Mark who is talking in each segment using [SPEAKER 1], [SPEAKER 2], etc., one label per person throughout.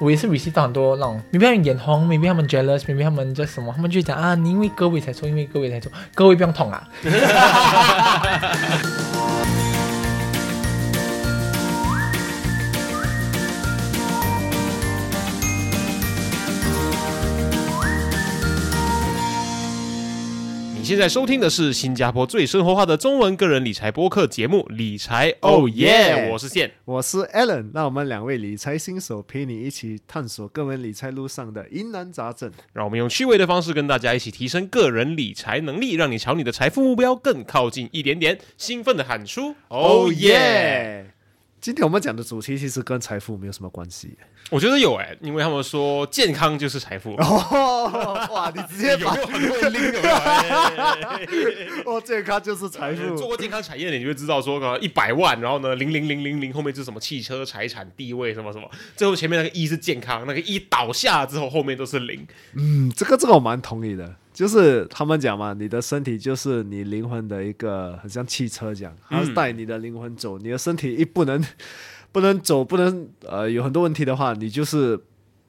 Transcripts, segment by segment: [SPEAKER 1] 我也是 receive 到很多那种，maybe 他们眼红，maybe 他们 jealous，maybe 他们这什么，他们就讲啊，你因为各位才错，因为各位才错，各位不用捅啊。
[SPEAKER 2] 你现在收听的是新加坡最生活化的中文个人理财播客节目《理财哦
[SPEAKER 3] Oh
[SPEAKER 2] 耶》，
[SPEAKER 3] yeah
[SPEAKER 2] 我是线。
[SPEAKER 3] 我是 Alan，那我们两位理财新手陪你一起探索个人理财路上的疑难杂症。
[SPEAKER 2] 让我们用趣味的方式跟大家一起提升个人理财能力，让你朝你的财富目标更靠近一点点。兴奋的喊出
[SPEAKER 3] Oh yeah！今天我们讲的主题其实跟财富没有什么 关系。
[SPEAKER 2] 我觉得有哎、因为他们说健康就是财富。
[SPEAKER 3] 哦，哇，你直接
[SPEAKER 2] 有没有很多零有没有哎？
[SPEAKER 3] 哦，健康就是 财
[SPEAKER 2] 做
[SPEAKER 3] 富。
[SPEAKER 2] 过健康产业的，你就会知道说，呃，一百万，然后呢，零零零零零后面就是什么汽车、财产、地位什么什么，最后前面那个一是健康，那个一倒下之后，后面都是零。
[SPEAKER 3] 嗯，这个这个我蛮同意的，就是他们讲嘛，你的身体就是你灵魂的一个，很像汽车这样，它是带你的灵魂走，你的身体一不能 不能走，不能呃有很多问题的话，你就是。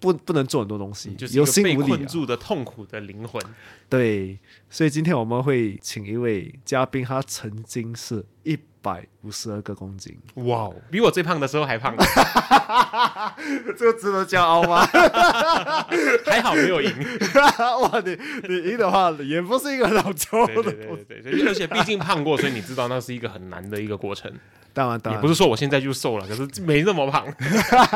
[SPEAKER 3] 不，不能做很多东西，
[SPEAKER 2] 就是
[SPEAKER 3] 有
[SPEAKER 2] 一个
[SPEAKER 3] 心
[SPEAKER 2] 被
[SPEAKER 3] 无力、
[SPEAKER 2] 困
[SPEAKER 3] 啊。
[SPEAKER 2] 住的痛苦的灵魂。
[SPEAKER 3] 对，所以今天我们会请一位嘉宾，他曾经是一百五十二个公斤，
[SPEAKER 2] 哇哦，比我最胖的时候还胖，
[SPEAKER 3] 这个值得骄傲吗？
[SPEAKER 2] 还好没有赢。
[SPEAKER 3] 哇，你你赢的话也不是一个很好骄
[SPEAKER 2] 对
[SPEAKER 3] 傲的
[SPEAKER 2] 对对对对，而且毕竟胖过，所以你知道那是一个很难的一个过程。
[SPEAKER 3] 当然当
[SPEAKER 2] 也
[SPEAKER 3] 然
[SPEAKER 2] 不是说我现在就瘦了，可是没那么胖。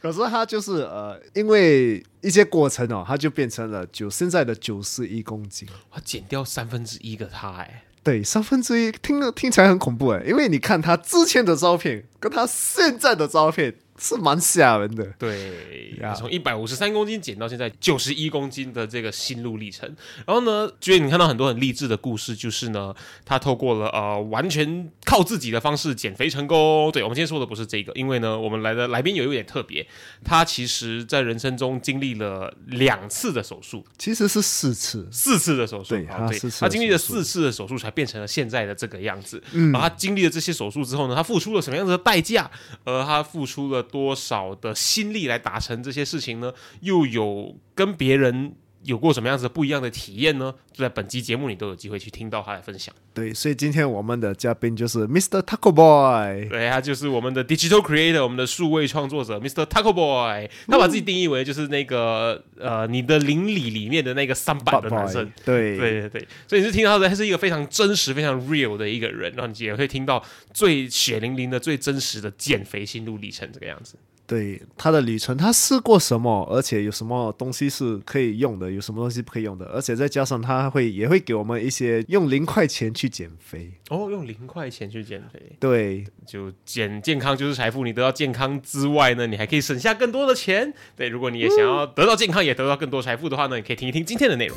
[SPEAKER 3] 可是他就是呃，因为一些过程哦，他就变成了九现在的九十一公斤。
[SPEAKER 2] 我减掉三分之一个他、哎，
[SPEAKER 3] 对，三分之一听了听起来很恐怖哎，因为你看他之前的照片跟他现在的照片是蛮吓人的。
[SPEAKER 2] 对，
[SPEAKER 3] 呀
[SPEAKER 2] 你从一百五十三公斤减到现在九十一公斤的这个心路历程。然后呢，觉得你看到很多很励志的故事，就是呢，他透过了呃完全靠自己的方式减肥成功。对我们今天说的不是这个，因为呢，我们来的来宾有一点特别，他其实在人生中经历了两次的手术，
[SPEAKER 3] 其实是四次，
[SPEAKER 2] 四次的手术，
[SPEAKER 3] 对
[SPEAKER 2] 好
[SPEAKER 3] 他
[SPEAKER 2] 对
[SPEAKER 3] 四次的
[SPEAKER 2] 他经历了
[SPEAKER 3] 手术嗯
[SPEAKER 2] 四次的手术才变成了现在的这个样子。然后他经历了这些手术之后呢，他付出了什么样子的代价？而他付出了多少的心力来达成这些事情呢？又有跟别人有过什么样子的不一样的体验呢？就在本期节目里都有机会去听到他的分享。
[SPEAKER 3] 对，所以今天我们的嘉宾就是 Mr. Taco Boy。
[SPEAKER 2] 对，他就是我们的 digital creator，我们的数位创作者 Mr. Taco Boy。他把
[SPEAKER 3] 嗯
[SPEAKER 2] 自己定义为就是那个呃，你的邻里里面的那个三板的男生。
[SPEAKER 3] 对
[SPEAKER 2] 对对对，所以你是听到的，他是一个非常真实、非常 real 的一个人，然后你也会听到最血淋淋的、最真实的减肥心路历程这个样子。
[SPEAKER 3] 对他的旅程，他试过什么，而且有什么东西是可以用的，有什么东西不可以用的，而且再加上他会也会给我们一些用零块钱去减肥。
[SPEAKER 2] 哦，用零块钱去减肥，
[SPEAKER 3] 对
[SPEAKER 2] 就减健康就是财富。你得到健康之外呢，你还可以省下更多的钱。对，如果你也想要得到健康，也得到更多财富的话呢，你可以听一听今天的 内容。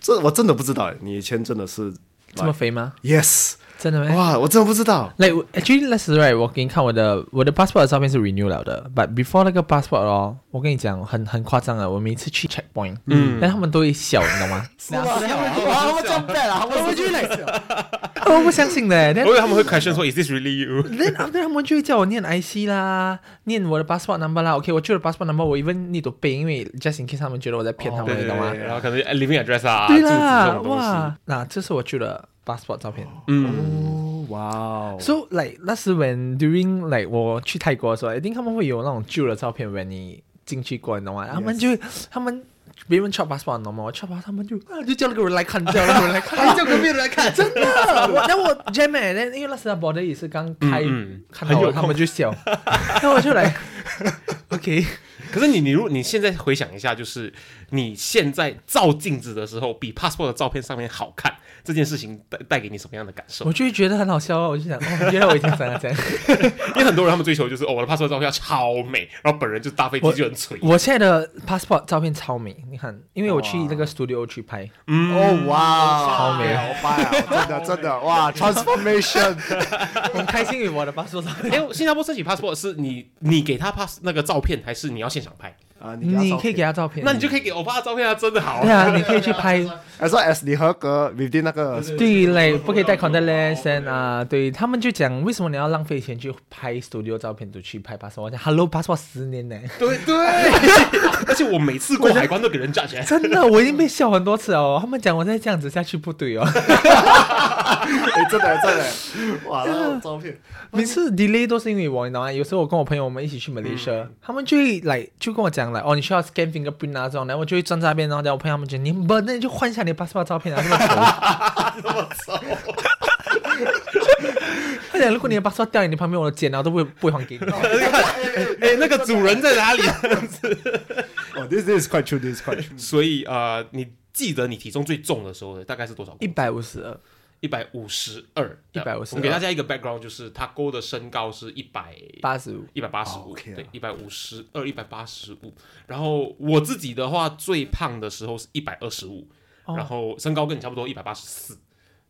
[SPEAKER 3] 这我真的不知道，你以前真的是
[SPEAKER 1] 这么肥吗？
[SPEAKER 3] yes，
[SPEAKER 1] 真的吗？
[SPEAKER 3] 哇，我真的不知道。
[SPEAKER 1] 来、我 actually let's right，我给你看我的我的 passport 的照片是 renew 了的，but before 那个 passport 哦，我跟你讲很很夸张啊，我每次去 checkpoint，嗯，但他们都会 笑，你懂吗？是啊，是啊哇，我讲 bad 啊，我就会 like，我 不相信的，但
[SPEAKER 2] 我以为他们会 question 说 Is this really you？
[SPEAKER 1] then after 他们就会叫我念 IC 啦，念我的 passport number 啦，OK，我去了 passport number，我 even need to 背，因为 just in case 他们觉得我在骗他
[SPEAKER 3] 哦
[SPEAKER 1] 们，
[SPEAKER 2] 对
[SPEAKER 1] 你
[SPEAKER 2] 对
[SPEAKER 1] 懂吗
[SPEAKER 2] 对，？然后可能哎 living address 啊、住
[SPEAKER 1] 对
[SPEAKER 2] 址这
[SPEAKER 1] 啦，
[SPEAKER 2] 种东西。
[SPEAKER 1] 哇，那这是我去的 passport 照片。
[SPEAKER 3] 哦哇哦，
[SPEAKER 1] So like 那时 when during like 我去泰国的时候，一定他们会有那种旧的照片，when 你进去过，你懂吗？他们就他们别人 chop passport，你懂吗？我 chop 他们就啊就叫那个人来看，叫那个人来 看，叫隔壁人来看，真的。我那我 jam 哎，那因为那时候 border 也是刚开
[SPEAKER 2] 嗯嗯，
[SPEAKER 1] 看到
[SPEAKER 2] 很有
[SPEAKER 1] 我
[SPEAKER 2] 空
[SPEAKER 1] 他们就笑，那我就来 OK。
[SPEAKER 2] 可是你你如你现在回想一下，就是你现在照镜子的时候，比 passport 的照片上面好看这件事情带带给你什么样的感受？
[SPEAKER 1] 我就会觉得很好笑啊！我就想，哦，原来我已经长了这 样。
[SPEAKER 2] 因为很多人他们追求就是哦，我的 passport 照片要超美，然后本人就搭飞机
[SPEAKER 1] 我
[SPEAKER 2] 就很垂。
[SPEAKER 1] 我现在的 passport 照片超美，你看，因为我去那个 studio 去拍，
[SPEAKER 3] 哦哇，
[SPEAKER 1] 嗯超美
[SPEAKER 3] 好棒啊！真的真 的哇，transformation，
[SPEAKER 1] 很开心与我的 passport 照片。
[SPEAKER 2] 哎，新加坡申请 passport 是你你给他 pass 那个照片，还是你要现
[SPEAKER 1] 嗯
[SPEAKER 2] 场拍？
[SPEAKER 3] 啊，
[SPEAKER 1] 你
[SPEAKER 3] 你
[SPEAKER 1] 可以给
[SPEAKER 3] 他
[SPEAKER 1] 他照片，
[SPEAKER 2] 那你就可以给欧巴的照片啊，真的好
[SPEAKER 1] 对啊，你可以去拍。
[SPEAKER 3] ，as long as 你合格，within 那个
[SPEAKER 1] 对嘞，不可以带 contact lens and 啊，对他们就讲为什么你要浪费钱去拍 studio 照片，就去拍 passport？我讲 hello passport 十年呢，
[SPEAKER 2] 对对， 而且我每次过海关都给人 judge，哎
[SPEAKER 1] 真的， 我已经被笑很多次了哦。他们讲我再这样子下去不对哦，
[SPEAKER 3] 哎，真的真的，哇，那 种照片，
[SPEAKER 1] 每次 delay 都是因为我，你知道吗？有时候我跟我朋友我们一起去马来西亚，
[SPEAKER 3] 嗯
[SPEAKER 1] 他们就会来就跟我讲来，哦，你需要 scan fingerprint 啊这种，然后我就会站在那边，然后叫我朋友他们讲，你不，那你就换一下你的 passport 照片啊，这么丑。
[SPEAKER 2] 这么丑。
[SPEAKER 1] 他讲如果你的 passport 掉在你旁边，我的剪刀都不会不会还 给你。
[SPEAKER 2] 哎，那个主人在哪里？
[SPEAKER 3] 哦，this this is quite true，this is quite true。
[SPEAKER 2] 所以呃，你记得你体重最重的时候大概是多少？
[SPEAKER 1] 一百五十二，
[SPEAKER 2] 一百五十二，
[SPEAKER 1] 152
[SPEAKER 2] 我给大家一个 background，就是他勾的身高是一百
[SPEAKER 1] 八十五，
[SPEAKER 2] 一百八十五，
[SPEAKER 3] OK 啊
[SPEAKER 2] 对，一百五十二，一百八十五。然后我自己的话，最胖的时候是一百二十五，
[SPEAKER 1] 哦
[SPEAKER 2] 然后身高跟你差不多一百八十四。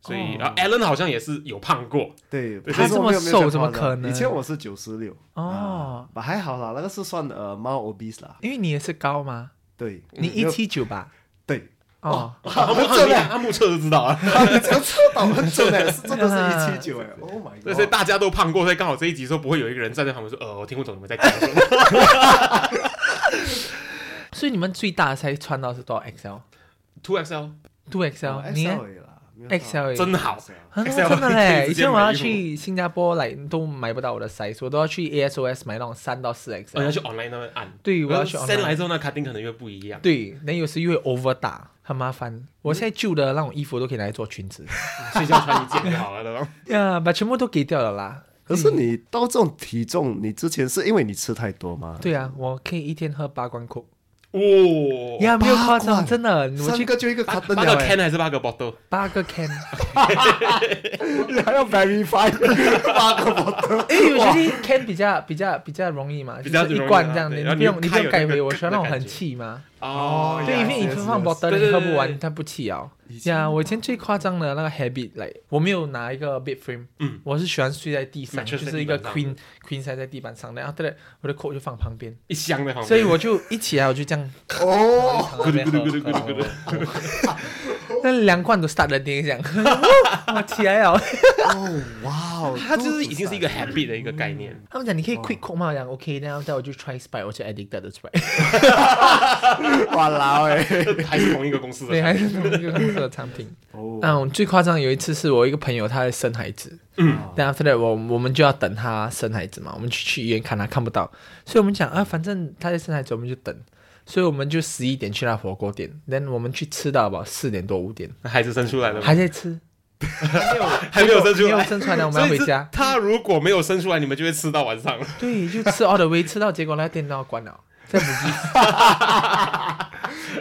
[SPEAKER 2] 所以啊、a l l e n 好像也是有胖过，
[SPEAKER 3] 对，
[SPEAKER 1] 他
[SPEAKER 3] 其实
[SPEAKER 1] 这
[SPEAKER 3] 我没有
[SPEAKER 1] 么
[SPEAKER 3] 没有
[SPEAKER 1] 瘦
[SPEAKER 3] 这夸
[SPEAKER 1] 怎么可
[SPEAKER 3] 张
[SPEAKER 1] 能
[SPEAKER 3] 以前我是九十六，
[SPEAKER 1] 哦
[SPEAKER 3] 啊，还好啦，那个是算呃 mild obese 啦。
[SPEAKER 1] 因为你也是高吗？
[SPEAKER 3] 对，
[SPEAKER 1] 你
[SPEAKER 3] 没
[SPEAKER 1] 一
[SPEAKER 3] 有
[SPEAKER 1] 七九吧？
[SPEAKER 3] 对，
[SPEAKER 1] 哦，
[SPEAKER 2] 他目测他目测就知道 啊。
[SPEAKER 3] 这样测到很准哎，是真的是一七九哎，Oh my
[SPEAKER 2] 所以
[SPEAKER 3] god！
[SPEAKER 2] 大家都胖过，所以刚好这一集的时候不会有一个人站在旁边说：“呃，我听不懂你们在讲 什么。
[SPEAKER 1] 所以你们最大的 size 穿到是多少 XL？
[SPEAKER 2] ”Two XL
[SPEAKER 1] two
[SPEAKER 3] 我
[SPEAKER 1] XL，你
[SPEAKER 3] XL
[SPEAKER 1] 呢
[SPEAKER 3] 哦而已啦没有到
[SPEAKER 1] XL
[SPEAKER 2] 真好，
[SPEAKER 1] 很
[SPEAKER 2] XL
[SPEAKER 1] 啊真的嘞！
[SPEAKER 2] 可以
[SPEAKER 1] 以
[SPEAKER 2] 直接
[SPEAKER 1] 前我
[SPEAKER 2] 买
[SPEAKER 1] 要
[SPEAKER 2] 衣服
[SPEAKER 1] 去新加坡来都买不到我的 size，我都要去 ASOS 买那种三到四
[SPEAKER 2] 我
[SPEAKER 1] XL。
[SPEAKER 2] 哦要去 online 那边按。呃
[SPEAKER 1] 对我要去
[SPEAKER 2] send
[SPEAKER 1] online
[SPEAKER 2] 来之后，那卡丁可能又不一样。
[SPEAKER 1] 对，那有时又会 over 打，很麻烦。我现在旧的那种衣服都可以拿来做裙子，
[SPEAKER 2] 睡觉穿一件就好了，对吧？
[SPEAKER 1] 呀，把全部都给掉了啦。
[SPEAKER 3] 可是你到这种体重，你之前是因为你吃太多吗？
[SPEAKER 1] 对啊，我可以一天喝八罐 Coke，
[SPEAKER 2] 哇，
[SPEAKER 1] 呀，没有夸
[SPEAKER 3] 八
[SPEAKER 1] 张，
[SPEAKER 3] 罐
[SPEAKER 1] 真的，我
[SPEAKER 3] 三
[SPEAKER 1] 去
[SPEAKER 3] 个就一个卡
[SPEAKER 2] 哦八
[SPEAKER 3] 登
[SPEAKER 2] 个
[SPEAKER 3] 了
[SPEAKER 2] can
[SPEAKER 3] 欸，
[SPEAKER 2] 还是八个 bottle？
[SPEAKER 1] 八个 can。
[SPEAKER 3] 你 还要 verify 八个 bottle，
[SPEAKER 1] 因为我觉得 can 比较比较比较容易嘛，
[SPEAKER 2] 比较
[SPEAKER 1] 就是
[SPEAKER 2] 容
[SPEAKER 1] 一
[SPEAKER 2] 易
[SPEAKER 1] 罐
[SPEAKER 2] 啊
[SPEAKER 1] 这样的，
[SPEAKER 2] 对
[SPEAKER 1] 你
[SPEAKER 2] 然后
[SPEAKER 1] 不
[SPEAKER 2] 你
[SPEAKER 1] 用
[SPEAKER 2] 又
[SPEAKER 1] 你不
[SPEAKER 2] 看
[SPEAKER 1] 用
[SPEAKER 2] 有
[SPEAKER 1] 盖
[SPEAKER 2] 那个
[SPEAKER 1] 杯，我
[SPEAKER 2] 梗
[SPEAKER 1] 需要那
[SPEAKER 2] 的
[SPEAKER 1] 种
[SPEAKER 2] 感
[SPEAKER 1] 很
[SPEAKER 2] 觉
[SPEAKER 1] 气嘛。
[SPEAKER 2] 哦，
[SPEAKER 1] 对，因为你
[SPEAKER 3] yes,
[SPEAKER 1] 放
[SPEAKER 3] yes.
[SPEAKER 1] 包的，
[SPEAKER 2] 对对
[SPEAKER 1] 你喝不
[SPEAKER 2] 对对
[SPEAKER 1] 完，它不气哦。呀，我以前最夸张的那个 habit，来，我没有拿一个 bed frame，
[SPEAKER 2] 嗯
[SPEAKER 1] 我是喜欢睡在地上，就
[SPEAKER 2] Mattress
[SPEAKER 1] 是一个
[SPEAKER 2] 在地
[SPEAKER 1] queen queen 塞在地板上的，然后对，我的口就放旁边，
[SPEAKER 2] 一箱在旁边，
[SPEAKER 1] 所以我就一起啊来我就这样，
[SPEAKER 3] 哦，
[SPEAKER 1] 咕噜咕噜咕噜咕噜咕噜，那两罐都 start 了点 这样，我起来了。
[SPEAKER 3] 哇哦，
[SPEAKER 2] 它就是已经是一个 happy 的一个概念。
[SPEAKER 1] 他们讲你可以 quick cook 吗？我讲 OK，然后再我就 try spike，我就 addicted 的 spike，
[SPEAKER 3] 哇啦哎，
[SPEAKER 2] 还是同一个公司
[SPEAKER 1] 嗯对，
[SPEAKER 2] 的。
[SPEAKER 1] 还是同一个公司的产品。
[SPEAKER 3] 哦
[SPEAKER 1] 嗯，最夸张有一次是我一个朋友他在生孩子，
[SPEAKER 2] 嗯，
[SPEAKER 1] 但 after that 我我们就要等他生孩子嘛，我们去去医院看他看不到，所以我们讲啊，反正他在生孩子，我们就等，所以我们就十一点去那火锅店，then 我们去吃到吧四点多五点
[SPEAKER 2] 那孩子生出来了吗，
[SPEAKER 1] 还在吃，
[SPEAKER 2] 还没有生出
[SPEAKER 1] 没有
[SPEAKER 2] 来，
[SPEAKER 1] 生出来呢，我们要回
[SPEAKER 2] 所以
[SPEAKER 1] 家嗯
[SPEAKER 2] 是，他如果没有生出来，你们就会吃到晚上了。
[SPEAKER 1] 对，就吃 all the way 吃到结果那店都要关了，在母鸡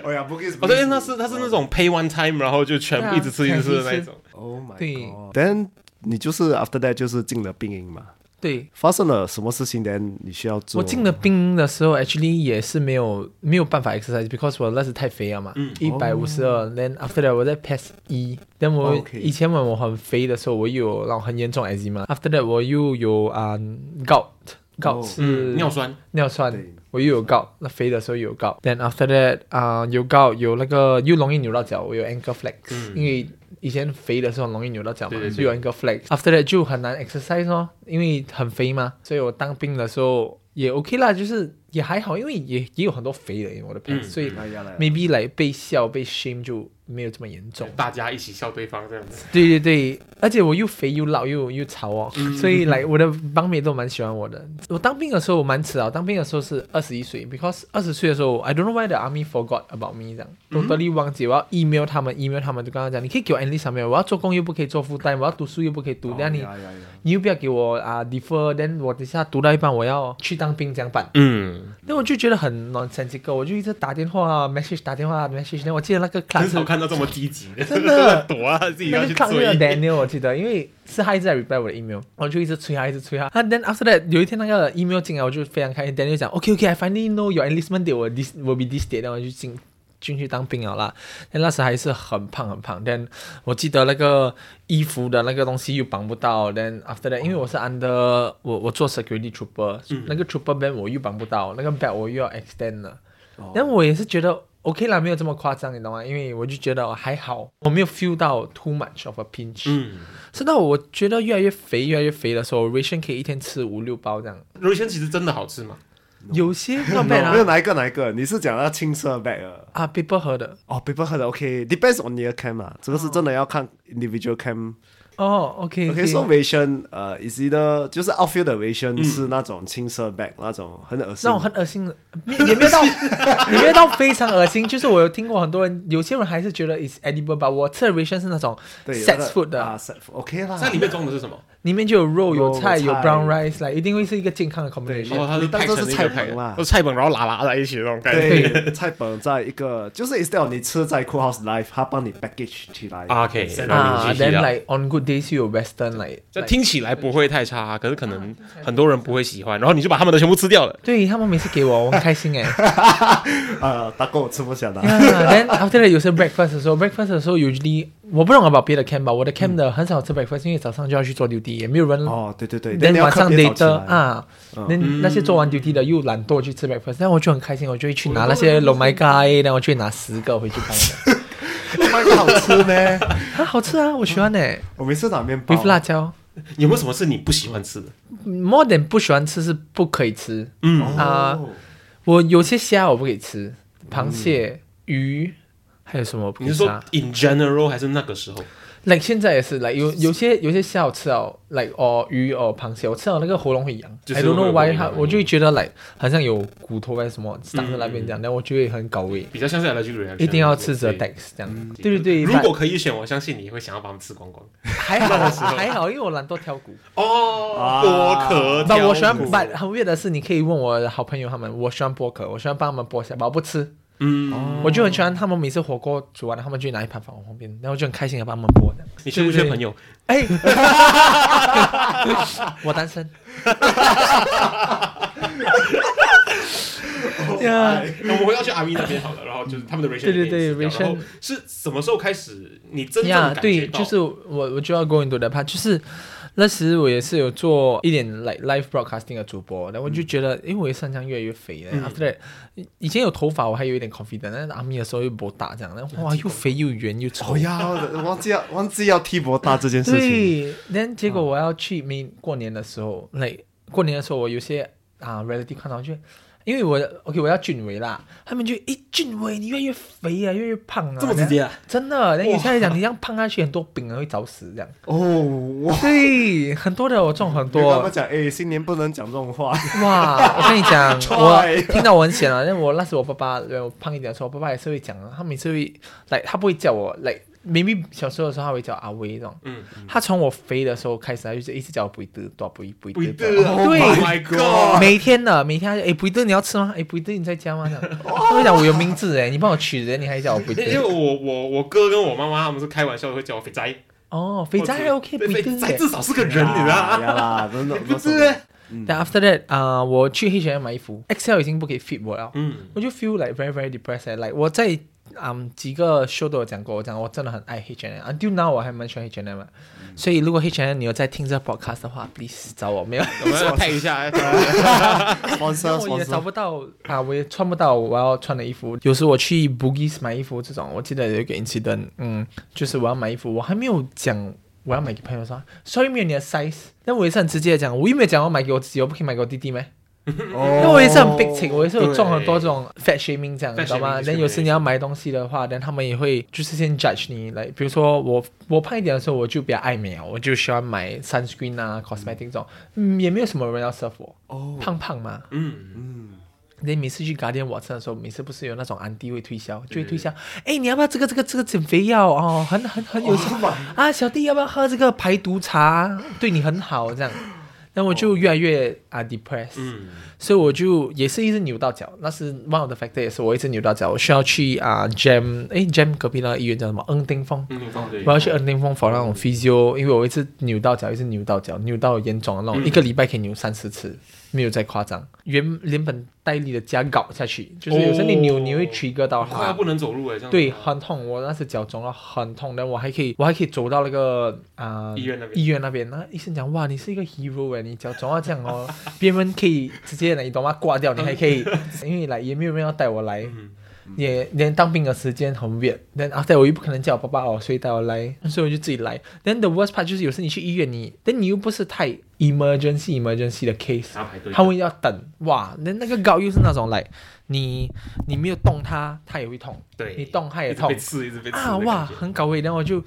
[SPEAKER 3] 哎呀，不给，
[SPEAKER 2] 我说，哎，那是他是那种 pay one time，然后就全部一直吃一
[SPEAKER 1] 对啊
[SPEAKER 2] 直吃的那一种。
[SPEAKER 3] ，Oh my，
[SPEAKER 1] 对
[SPEAKER 3] then 你就是 after that 就是进了病营嘛，
[SPEAKER 1] 对。
[SPEAKER 3] 发生了什么事情？then 你需要做？
[SPEAKER 1] 我进了冰的时候，actually 也是没有没有办法 exercise，because 我那时太肥了嘛，
[SPEAKER 3] 嗯
[SPEAKER 1] 一百五十二。Then after that 我在 pass 一，then 我
[SPEAKER 3] 哦 OK
[SPEAKER 1] 以前我很肥的时候，我又有那种很严重 eczema。After that 我又有啊、gout，gout
[SPEAKER 3] 哦
[SPEAKER 1] 是、
[SPEAKER 2] 嗯，尿酸，
[SPEAKER 1] 尿酸
[SPEAKER 3] 对，
[SPEAKER 1] 我又有 gout，那肥的时候又有 gout。Then after that 啊、有 gout 有那个又容易扭到脚，我有 ankle flex，、因为以前肥的时候很容易扭到脚嘛，
[SPEAKER 2] 嗯对对对
[SPEAKER 1] 就有 ankle flex。After that 就很难 exercise 哦，因为很肥嘛，所以我当兵的时候也 OK 啦，就是也还好，因为也也有很多肥的我的 p a
[SPEAKER 2] 嗯
[SPEAKER 1] 所以
[SPEAKER 3] 哎呀来了
[SPEAKER 1] maybe 来被笑被 shame 就没有这么严重。
[SPEAKER 2] 大家一起笑对方这样子。
[SPEAKER 1] 对对对，而且我又肥又老又又潮哦，所以来我的帮妹都蛮喜欢我的。我当兵的时候我蛮迟啊，我当兵的时候是二十一岁，because 二十岁的时候，I don't know why the army forgot about me 这样，totally 忘记我要 email 他们，email 他们就跟他讲，你可以给我 enlist 上面，我要做工又不可以做 full time，我要读书又不可以读，那、你你又不要给我啊 defer，then 我等一下读到一半我要去当兵这样办。
[SPEAKER 2] 嗯，
[SPEAKER 1] 那我就觉得很 nonsensical，我就一直打电话 message 打电话 message，那我记得那个 class
[SPEAKER 2] 很
[SPEAKER 1] 是
[SPEAKER 2] 少看到这么积极的，
[SPEAKER 1] 真的
[SPEAKER 2] 躲啊，自己
[SPEAKER 1] 那
[SPEAKER 2] 要
[SPEAKER 1] 个
[SPEAKER 2] 去
[SPEAKER 1] 抗日的
[SPEAKER 2] 追。
[SPEAKER 1] Daniel 我记得，因为是他一直在 reply 我的 email，我就一直催他，一直催他。那 then after that 有一天那个 email 进来，我就非常开心。Daniel 讲，OK OK，I、finally know your enlistment date will this will be this day，然后我就进进去当兵了啦。但那时还是很胖很胖。但我记得那个衣服的那个东西又绑不到。then after that，因为我是 under 我我做 security trooper，、那
[SPEAKER 2] 嗯
[SPEAKER 1] 个 trooper band 我又绑不到，那个 belt 我又要 extend 了。
[SPEAKER 3] 哦
[SPEAKER 1] 但我也是觉得 OK 啦，没有这么夸张，你懂吗？因为我就觉得哦还好，我没有 feel 到 too much of a pinch。
[SPEAKER 2] 嗯，
[SPEAKER 1] 直到我觉得越来越肥，越来越肥的时候，ration 可以一天吃五六包这样。
[SPEAKER 2] 肉馅其实真的好吃嘛？
[SPEAKER 1] 有 些 not
[SPEAKER 3] 哦没
[SPEAKER 1] bad
[SPEAKER 3] 有没有
[SPEAKER 1] 啊，
[SPEAKER 3] 哪一个哪一个？你是讲到青色 bag 了
[SPEAKER 1] 啊 p a p e 喝的。
[SPEAKER 3] 哦，paper 喝的 OK，depends on your cam 啊，这个是真的要看 individual cam。
[SPEAKER 1] 哦，OK
[SPEAKER 3] OK，so ration 呃，is either 就是 outfield 的 ration 是那种青色 bag 那种很恶心
[SPEAKER 1] 那种很恶心
[SPEAKER 3] 嗯
[SPEAKER 1] 的，没也没有到，也没有到非常恶心。就是我有听过很多人，有些人还是觉得 is edible，吧。我吃的 ration 是那种
[SPEAKER 3] 对
[SPEAKER 1] set
[SPEAKER 3] 那个
[SPEAKER 1] food
[SPEAKER 3] 啊
[SPEAKER 1] 的，
[SPEAKER 3] ，set food OK 啦。
[SPEAKER 2] 在里面装的是什么？
[SPEAKER 1] 里面就有肉、有
[SPEAKER 3] 肉
[SPEAKER 1] 菜、有
[SPEAKER 3] 菜
[SPEAKER 1] brown rice，来一定会是一个健康的 combination。
[SPEAKER 2] 哦，它是
[SPEAKER 3] 你当
[SPEAKER 2] 派
[SPEAKER 3] 做
[SPEAKER 2] 成
[SPEAKER 3] 是
[SPEAKER 2] 的一
[SPEAKER 3] 菜
[SPEAKER 2] 个
[SPEAKER 3] 本
[SPEAKER 2] 派的
[SPEAKER 3] 啦
[SPEAKER 2] 都是菜本，然后拉拉在一起的那种感觉。
[SPEAKER 3] 对，菜本在一个就是 instead of 你吃在 Cool House Life，他帮你 package 起来。
[SPEAKER 2] 啊，OK，
[SPEAKER 3] Set
[SPEAKER 2] 然后
[SPEAKER 1] 啊
[SPEAKER 2] 你去洗
[SPEAKER 1] ，then
[SPEAKER 2] 掉
[SPEAKER 1] like on good days 又有 western 来，
[SPEAKER 2] 这听起来不会太差，可是可能很多人不会喜欢，然后你就把他们的全部吃掉了。
[SPEAKER 1] 对他们每次给我，我很开 心哎。
[SPEAKER 3] 呃，大哥我吃不下的。
[SPEAKER 1] 啊 then after that 有时候 breakfast 的时候，breakfast 的时候 usually 我不懂 about 别的 camp 吧，我的 camp 的很少吃 breakfast，因为早上就要去做 duty，也没有人
[SPEAKER 3] 嗯哦，对对对，
[SPEAKER 1] then
[SPEAKER 3] 你要
[SPEAKER 1] 晚嗯
[SPEAKER 3] 特
[SPEAKER 1] 上
[SPEAKER 3] 别早起
[SPEAKER 1] later
[SPEAKER 3] 来。哦嗯
[SPEAKER 1] 啊，那那些做完 duty 的又懒惰去吃 breakfast，但我就很开心，我就会去拿那
[SPEAKER 3] 哦
[SPEAKER 1] 些 l o my guy，然后我就会拿十个回去帮人。
[SPEAKER 3] Oh my god，好吃 呢！嗯
[SPEAKER 1] 啊，好吃啊，我喜欢呢
[SPEAKER 3] 我每次拿面包
[SPEAKER 1] ，with 辣椒。
[SPEAKER 2] 有没有什么是你不喜欢吃的？
[SPEAKER 1] more than 不喜欢吃是不可以吃，
[SPEAKER 2] 嗯
[SPEAKER 1] 啊
[SPEAKER 3] 哦
[SPEAKER 1] 我有些虾我不可以吃，螃蟹、鱼，还有什么不可
[SPEAKER 2] 嗯你
[SPEAKER 1] 以
[SPEAKER 2] 是
[SPEAKER 1] 吃
[SPEAKER 2] 说
[SPEAKER 1] 啊？
[SPEAKER 2] in general 还是那个时候？
[SPEAKER 1] like 现在也是，like 有有些有些虾我吃了，like 哦鱼哦螃蟹，我吃了那个喉咙会痒
[SPEAKER 2] 就是
[SPEAKER 1] ，I don't
[SPEAKER 2] 会
[SPEAKER 1] know
[SPEAKER 2] 有那
[SPEAKER 1] why，
[SPEAKER 2] 个
[SPEAKER 1] 它
[SPEAKER 2] 味道
[SPEAKER 1] 我就会觉得 like 好像有骨头还是什么长在那边这
[SPEAKER 2] 嗯
[SPEAKER 1] 样，然后我就会很搞胃，
[SPEAKER 2] 比较像是 allergic reaction，
[SPEAKER 1] 一定要吃 z e
[SPEAKER 2] 对
[SPEAKER 1] t e x 这样，对对对，
[SPEAKER 2] 嗯如
[SPEAKER 1] but
[SPEAKER 2] 果可以选，我相信你会想要把它们吃光光。
[SPEAKER 1] 还好还好，因为我懒惰挑骨，
[SPEAKER 2] 哦，剥壳
[SPEAKER 1] 但
[SPEAKER 2] 挑
[SPEAKER 1] 我喜欢
[SPEAKER 2] 骨，
[SPEAKER 1] but 很 weird 的是，你可以问我的好朋友他们，我喜欢剥壳，我喜欢帮他们剥虾，but 我不吃。
[SPEAKER 2] 嗯，
[SPEAKER 1] 我就很喜欢他们每次火锅煮完了，他们就拿一盘放我旁边，然后我就很开心的帮他们剥的。
[SPEAKER 2] 你缺不缺朋友？
[SPEAKER 1] 哎，我单身。呀，
[SPEAKER 2] 那我们要去阿 V 那边好了，然后就是他们的 ration，
[SPEAKER 1] 对对对
[SPEAKER 2] 也可以吃
[SPEAKER 1] ration
[SPEAKER 2] 掉然后是什么时候开始你真正
[SPEAKER 1] 呀
[SPEAKER 2] 感，觉
[SPEAKER 1] 对，
[SPEAKER 2] 到？
[SPEAKER 1] 就是我我就要 go into that part，就是那时我也是有做一点 like live broadcasting 的主播，然后我
[SPEAKER 2] 嗯
[SPEAKER 1] 就觉得，因为我也上腔越来越肥了、a f t e r that 以以前有头发我还有一点 confident，但是 army 的时候又不大这样，然后哇又肥又圆又丑
[SPEAKER 3] 哦。呀，忘记要忘记要踢博大这件事情。
[SPEAKER 1] 对，但结果我要去美过年的时候，那、过年的时候我有些啊 relative 看到就，因为我 OK 我要俊伟啦，他们就诶俊伟你越来越肥啊，越来越胖啊，
[SPEAKER 2] 这么直接啊
[SPEAKER 1] 然后真的，但有些人讲你这样胖下去，很多饼啊会早死 这样。
[SPEAKER 3] 哦，我
[SPEAKER 1] 对，很多的我中很
[SPEAKER 3] 我跟他
[SPEAKER 1] 多
[SPEAKER 3] 们。讲，哎，新年不能讲这种话。
[SPEAKER 1] 哇，我跟你 讲，
[SPEAKER 3] Try
[SPEAKER 1] 我听到我很险啊，但我那时我爸爸，我胖一点的时候，我爸爸也是会讲啊，他每次会来，他不会叫我来。maybe 小时候的时候，他会叫阿威这种，
[SPEAKER 2] 嗯，
[SPEAKER 1] 他从我肥的时候开始，他就是一直叫我不一得，多不一不一
[SPEAKER 2] 不一
[SPEAKER 1] 得，
[SPEAKER 2] 定啊
[SPEAKER 1] 对
[SPEAKER 2] Oh，My God，
[SPEAKER 1] 每天的每天他就哎不一得你要吃吗？哎不一得你在家吗？这样，他会讲我有名字哎，你帮我取人，你还叫我不一
[SPEAKER 2] 因为
[SPEAKER 1] 得，
[SPEAKER 2] 我我我哥跟我妈妈他们是开玩笑会叫我肥宅，
[SPEAKER 1] 哦，肥宅还 OK 不
[SPEAKER 2] 对
[SPEAKER 1] 一
[SPEAKER 2] 肥
[SPEAKER 1] 定
[SPEAKER 2] 宅
[SPEAKER 1] 哎。
[SPEAKER 2] 至少是个人，你知道
[SPEAKER 3] 啊呀
[SPEAKER 2] 吗？
[SPEAKER 3] 呀啦，真的
[SPEAKER 2] 不是，
[SPEAKER 1] 但 after that 啊、我去黑 H&M 买衣服，XL 已经不可以 fit 我了，
[SPEAKER 2] 嗯，
[SPEAKER 1] 我就 feel like very very depressed、like eh 我在嗯、几个 show 都有讲过，我讲我真的很爱 H&M，until now 我还蛮喜欢 H&M 的。所以如果 H&M 你有在听这 podcast 的话，please 找我，没有。
[SPEAKER 2] 我们要配一下，
[SPEAKER 3] sponsor
[SPEAKER 1] 我也找
[SPEAKER 3] sponsor。
[SPEAKER 1] 不到啊，我也穿不到我要穿的衣服。有时我去 Boogies 买衣服这种，我记得有一个 incident，嗯，就是我要买衣服，我还没有讲我要买给朋友说，sorry 没有你的 size，但我也是很直接的讲，我又没有讲我买给我自己，我不可以买给我弟弟吗？因为我也是很悲情，我也是有中很
[SPEAKER 2] 对
[SPEAKER 1] 多这种 fat shaming 这样，你
[SPEAKER 2] Fat
[SPEAKER 1] 知道吗？
[SPEAKER 2] shaming
[SPEAKER 1] 但有时你要买东西的话，但他们也会就是先 judge 你，来，比如说我我胖一点的时候，我就比较爱美啊，我就喜欢买 sunscreen 啊、cosmetic 这种，嗯，也没有什么人要 serve 我，
[SPEAKER 3] 哦
[SPEAKER 1] 胖胖嘛，
[SPEAKER 2] 嗯，
[SPEAKER 1] 你每次去 Guardian Watson 的时候，每次不是有那种安迪会推销，就会推销，哎，你要不要这个这个这个减肥药哦，很很很有效啊，小弟要不要喝这个排毒茶，对你很好这样。那我就越来越啊 depressed，、所以我就也是一直扭到脚，那是 one of the factor，也是我一直扭到脚，我需要去啊 Gem，哎 Gem 隔壁那个医院叫什么？恩丁峰，
[SPEAKER 2] 嗯，对
[SPEAKER 1] 我要去恩丁峰跑那种 physio，因为我一直扭到脚，一直扭到脚，扭到严重的那种，
[SPEAKER 2] 嗯
[SPEAKER 1] 一个礼拜可以扭三四次，没有再夸张。原连本带利的加搞下去，就是有时候你扭
[SPEAKER 2] 哦
[SPEAKER 1] 你会 trigger 到
[SPEAKER 2] 快要
[SPEAKER 1] 它
[SPEAKER 2] 不，能走路哎，这样
[SPEAKER 1] 对，
[SPEAKER 2] 子
[SPEAKER 1] 很痛。我那时脚肿了，很痛，但我还可以，我还可以走到那个啊、呃
[SPEAKER 2] 医院那边
[SPEAKER 1] 医院那边，那医生讲哇，你是一个 hero 哎，你脚肿到这样哦， 别人可以直接你懂吗？挂掉，你还可以， 因为来也没有人要带我来。
[SPEAKER 2] 嗯
[SPEAKER 1] 也连当兵的时间很 weird，但 after 我又不可能叫我爸爸哦，所以带我来，所以我就自己来。Then the worst part 就是有时你去医院你，但你又不是太 emergency emergency 的 case，
[SPEAKER 2] 还要排队
[SPEAKER 1] 他们要等哇，那那个膏又是那种来，你你没有动它，它也会痛，
[SPEAKER 2] 对，
[SPEAKER 1] 你动它
[SPEAKER 2] 一
[SPEAKER 1] 也
[SPEAKER 2] 直被
[SPEAKER 1] 痛
[SPEAKER 2] 刺，一直被刺
[SPEAKER 1] 啊
[SPEAKER 2] 的
[SPEAKER 1] 哇，
[SPEAKER 2] 感觉
[SPEAKER 1] 很搞味。然后我就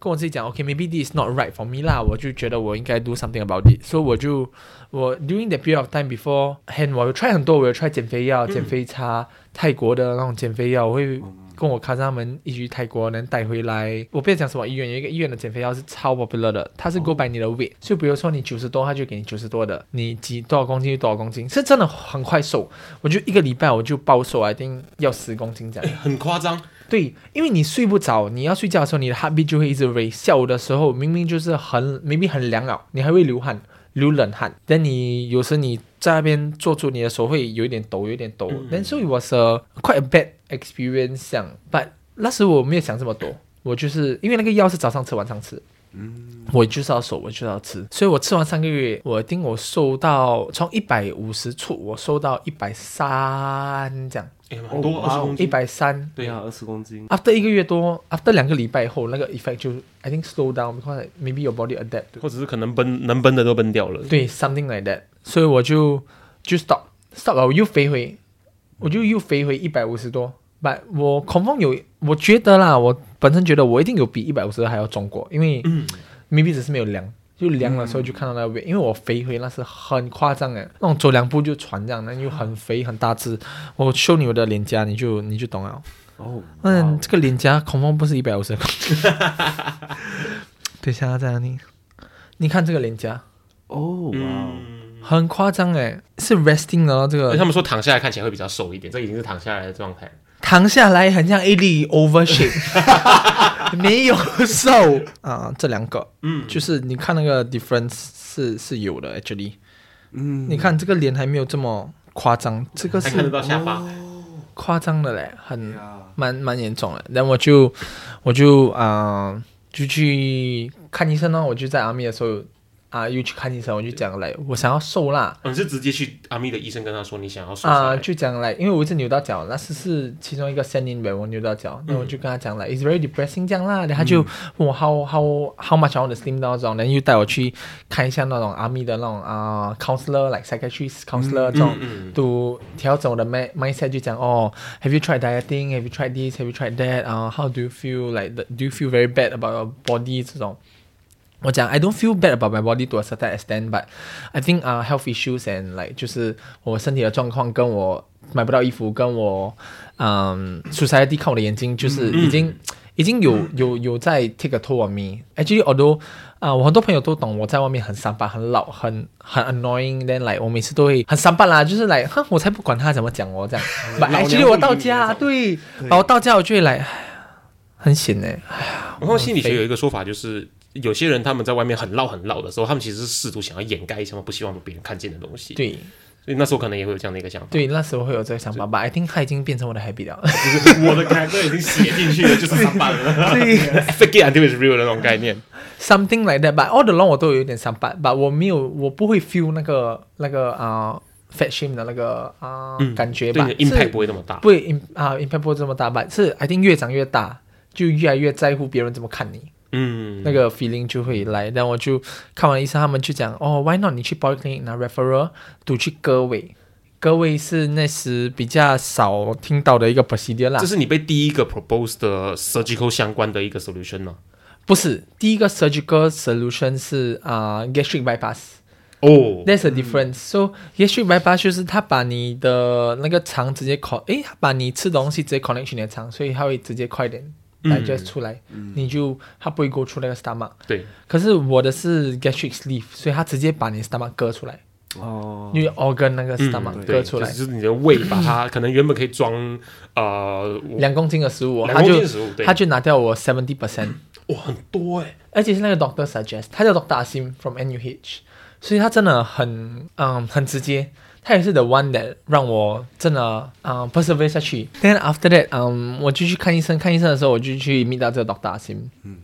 [SPEAKER 1] 跟我自己讲，OK，maybe、this is not right for me 啦，我就觉得我应该 do something about it，所以我就我 during the period of time before hand，我有 try 很多，我有 try 减肥
[SPEAKER 2] 嗯
[SPEAKER 1] 药、减肥茶、泰国的那种减肥药，我会。跟我卡他们一起去泰国，能带回来。我不要讲什么医院，有一个医院的减肥药是超 popular 的，它
[SPEAKER 2] 哦
[SPEAKER 1] 是 go by 你的 weight，、就比如说你九十多，它就给你九十多的，你几多少公斤就多少公斤，是真的很快瘦。我就一个礼拜我就暴瘦，一定要十公斤这样。
[SPEAKER 2] 很夸张，
[SPEAKER 1] 对，因为你睡不着，你要睡觉的时候，你的 heartbeat 就会一直 raise。下午的时候明明就是很明明很凉啊了，你还会流汗，流冷汗。但你有时你在那边坐住，你的手会有一点抖，有一点抖。
[SPEAKER 2] 嗯
[SPEAKER 1] 但 so it was a quite a bad experience 这样，but 那时我没有想这么多，我就是因为那个药是早上吃晚上吃。
[SPEAKER 2] 嗯
[SPEAKER 1] 我就是要瘦，我就是要吃，所以我吃完三个月，我一定我瘦到从一百五十处，我瘦到一百三这样，
[SPEAKER 2] 哎，很多
[SPEAKER 3] 哦
[SPEAKER 2] 二
[SPEAKER 3] 哇
[SPEAKER 2] 十
[SPEAKER 3] 哦
[SPEAKER 2] 公
[SPEAKER 1] 一
[SPEAKER 2] 斤，
[SPEAKER 1] 百三
[SPEAKER 2] 对
[SPEAKER 3] 啊，二十公斤，
[SPEAKER 1] after 一个月多，after 两个礼拜后，那个 effect 就 I think slow down because maybe your body adapt
[SPEAKER 2] 或者是可能奔能奔的都奔掉了，
[SPEAKER 3] 嗯
[SPEAKER 1] 对 something like that，所以我就就 stop stop 了，我又飞回，我
[SPEAKER 3] 嗯
[SPEAKER 1] 就又飞回一百五十多。But 我恐风有，我觉得啦，我本身觉得我一定有比一百五十还要重过，因为
[SPEAKER 3] 嗯
[SPEAKER 1] maybe 只是没有量，就量的时候就看到那个 weight，因为我肥回那是很夸张诶，那种走两步就传这样，那又很肥很大只，我秀你我的脸颊，你就你就懂了。
[SPEAKER 3] 哦，
[SPEAKER 1] 嗯，这个脸颊恐风不是一百五十。 等一下，在哪里？你看这个脸颊，
[SPEAKER 3] 哦，哇哦，
[SPEAKER 2] 嗯，
[SPEAKER 1] 很夸张哎，是 resting 的哦，这
[SPEAKER 2] 而且他
[SPEAKER 1] 个
[SPEAKER 2] 们说躺下来看起来会比较瘦一点，这已经是躺下来的状态。
[SPEAKER 1] 躺下来很像 A 粒 over shape，没有瘦啊、这两个，嗯，就是你看那个 difference 是是有的，actually，
[SPEAKER 3] 嗯，
[SPEAKER 1] 你看这个脸还没有这么夸张，这个
[SPEAKER 2] 还看得
[SPEAKER 1] 是
[SPEAKER 2] 到下巴，
[SPEAKER 1] 哦夸张的嘞，很
[SPEAKER 3] 呀
[SPEAKER 1] 蛮蛮严重的。然后我就我就啊、呃就去看医生呢，我就在 army 的时候啊、又去看医生，我就讲来我想要瘦啦
[SPEAKER 2] 哦你是直接去阿咪的医生跟他说你想要瘦下
[SPEAKER 1] 啊、
[SPEAKER 2] 来，
[SPEAKER 1] 就讲来，因为我一直扭到脚，那是是其中一个声音呗，我扭到脚，那我就跟他讲来、i t s very depressing 这样啦，然后他
[SPEAKER 2] 嗯
[SPEAKER 1] 就问我 how how how much I want to slim down 这种，然后又带我去看一下那种 army 的那种啊、counselor like psychiatrist counselor 这种。
[SPEAKER 2] 嗯嗯，
[SPEAKER 1] to 调整我的 mind mindset 就讲哦，Have you tried dieting? Have you tried this? Have you tried that? 啊、h o w do you feel like? The, do you feel very bad about your body? 这种，我讲 I don't feel bad about my body to a certain extent, but I think 啊、uh, health issues and like 就是我身体的状况跟我买不到衣服，跟我嗯 society 看我的眼睛，
[SPEAKER 2] 嗯
[SPEAKER 1] 就是已经、已经有有有在 take a toll on me. Actually, although 啊、我很多朋友都懂我在外面很三八、很老、很很 annoying，then like 我每次都会很三八啦，就是来，哼，我才不管他怎么讲我这 样。But
[SPEAKER 2] 老娘
[SPEAKER 1] actually 我到
[SPEAKER 2] 不理你那
[SPEAKER 1] 家，
[SPEAKER 2] 种
[SPEAKER 1] 对，把我到家我就会来，唉很闲呢、
[SPEAKER 2] 然
[SPEAKER 1] 嗯
[SPEAKER 2] 后心理学有一个说法就是。有些人他们在外面很闹很闹的时候，他们其实是试图想要掩盖一些不希望别人看见的东西。，
[SPEAKER 1] 对
[SPEAKER 2] 所以那时候可能也会有这样的一个想法。
[SPEAKER 1] 对，那时候会有这个想法吧。I think 他已经变成我的 happy 了。
[SPEAKER 2] 我的 character 已经写进去了，就是三八了。
[SPEAKER 1] 对
[SPEAKER 2] Fake it until it's real 的那种概念。
[SPEAKER 1] ，something like that。But all along 我都有一点三八，but 我没有，我不会 feel 那个那个啊、fat shame 的那个啊、感觉
[SPEAKER 2] 嗯对
[SPEAKER 1] 吧
[SPEAKER 2] 你的 impact
[SPEAKER 1] 是
[SPEAKER 2] 不会那么大。
[SPEAKER 1] 不会 im 啊 impact 不会这么大吧？是 I think 越长越大，就越来越在乎别人怎么看你，
[SPEAKER 2] 嗯，
[SPEAKER 1] 那个 feeling 就会来。然后我就看完医生，他们就讲哦，Why not 你去 polyclinic 拿 referral，赌去割尾。各位是那时比较少听到的一个 procedure 啦
[SPEAKER 2] 这。是你被第一个 propose 的 surgical 相关的一个 solution 吗？
[SPEAKER 1] 不是，第一个 surgical solution 是啊、呃 gastric bypass。
[SPEAKER 2] 哦，
[SPEAKER 1] That's a difference. So gastric bypass 就是它把你的那个肠直接 con，诶，它把你吃东西直接 connect 去你的肠，所以它会直接快点 digest 出来，你就它不会 go 出那个 stomach。
[SPEAKER 2] 嗯对，
[SPEAKER 1] 可是我的是 gastric sleeve，所以它直接把你的 stomach 割出来，
[SPEAKER 3] 哦，
[SPEAKER 1] 因为 organ 那个 stomach
[SPEAKER 2] 嗯对
[SPEAKER 1] 割出来
[SPEAKER 2] 就，是就是你的胃把它可能原本可以装呃，我
[SPEAKER 1] 两公斤的食物哦，
[SPEAKER 2] 两
[SPEAKER 1] 它
[SPEAKER 2] 公斤
[SPEAKER 1] 就
[SPEAKER 2] 的食物对
[SPEAKER 1] 它就拿掉我 seventy percent。
[SPEAKER 2] 哇很多哎、
[SPEAKER 1] 而且是那个 doctor suggest，他叫 doctor Asim from NUH，所以他真的很嗯很直接，他也是 the one that 让我真的嗯 persevere 下去。Then after that，嗯我就去看医生，看医生的时候我就去 meet 到这个 doctor Asim，嗯，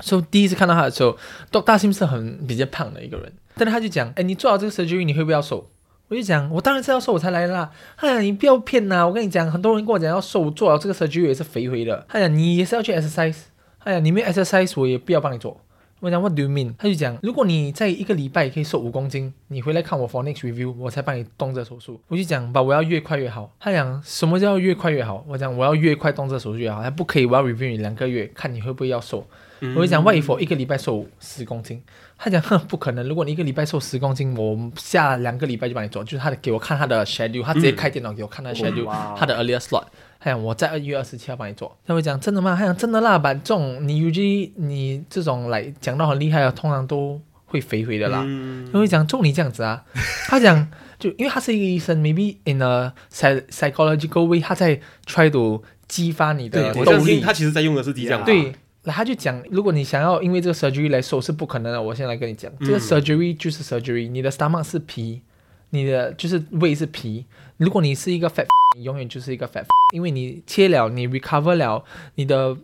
[SPEAKER 1] 所、以第一次看到他的时候，doctor Asim 是很比较胖的一个人，但是他就讲，哎你做好这个 surgery 你会不会要瘦？我就讲，我当然是要瘦我才来啦。他讲你不要骗呐、我跟你讲，很多人跟我讲要瘦，我做了这个 surgery 也是肥回的。他讲你也是要去 exercise。哎呀，你没有 exercise，我也不要帮你做。我讲 What do you mean？他就讲，如果你在一个礼拜可以瘦五公斤，你回来看我 for next review，我才帮你动这手术。我就讲，把我要越快越好。他讲什么叫越快越好？我讲我要越快动这手术越好，还不可以，我要 review 你两个月，看你会不会要瘦。我就讲，What if 我一个礼拜瘦十公斤？他讲，哼，不可能。如果你一个礼拜瘦十公斤，我下两个礼拜就帮你做。就是他的给我看他的 schedule，他直接开电脑给我看他的 schedule，、
[SPEAKER 3] 哇
[SPEAKER 1] 他的 earlier slot。哎呀，我在二月二十七号帮你做。他会讲真的吗？他讲真的啦，把这种你 UG 你这种来讲到很厉害的，通常都会肥肥的啦。
[SPEAKER 2] 嗯
[SPEAKER 1] 他会讲中你这样子啊，他讲就因为他是一个医生，maybe in a psy- psychological way，他在 try to 激发你的
[SPEAKER 2] 我
[SPEAKER 1] 动
[SPEAKER 2] 相信
[SPEAKER 1] 力。
[SPEAKER 2] 他其实在用的是啊低降法，
[SPEAKER 1] 对，那他就讲，如果你想要因为这个 surgery 来瘦是不可能的。我现在来跟你讲，这个
[SPEAKER 2] 嗯
[SPEAKER 1] surgery 就是 surgery，你的 stomach 是皮，你的就是胃是皮。如果你是一个 fat，你 永远就是一个 fat，因 为你切了，你 recover 了，你的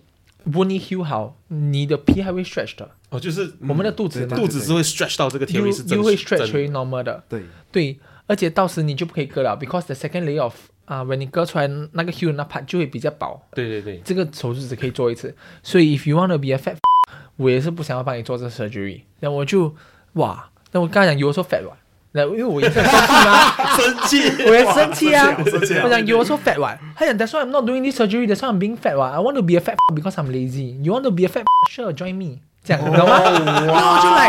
[SPEAKER 1] wound heal 好，你的皮还会 stretch 的。
[SPEAKER 2] 哦，就是
[SPEAKER 1] 我们的肚子
[SPEAKER 3] 对
[SPEAKER 1] 嘛
[SPEAKER 3] 对
[SPEAKER 2] 肚子是会 stretch 到这个
[SPEAKER 1] you
[SPEAKER 2] theory 是真
[SPEAKER 1] ，you 会
[SPEAKER 2] 真
[SPEAKER 1] stretch 回 normal 的。
[SPEAKER 3] 对，
[SPEAKER 1] 对，而且到时你就不可以割了，because the second layer of 啊、w h e n 你割出来那个 heal 那 part 就会比较薄。
[SPEAKER 2] 对对对，
[SPEAKER 1] 这个手术只可以做一次，所以 if you wanna be a fat，我也是不想要帮你做这 surgery。然后我就哇，那我刚才讲 you also fat 吧，那因为我也是很生气嘛，
[SPEAKER 2] 生气，
[SPEAKER 1] 我也生气啊，
[SPEAKER 3] 哇生气啊生气啊
[SPEAKER 1] 我讲 you also fat 吧，他讲 that's why I'm not doing this surgery, that's why I'm being fat 吧，I want to be a fat because I'm lazy. You want to be a fat? Sure, join me. 这样，你懂吗？然后我就
[SPEAKER 3] 哦
[SPEAKER 1] 来，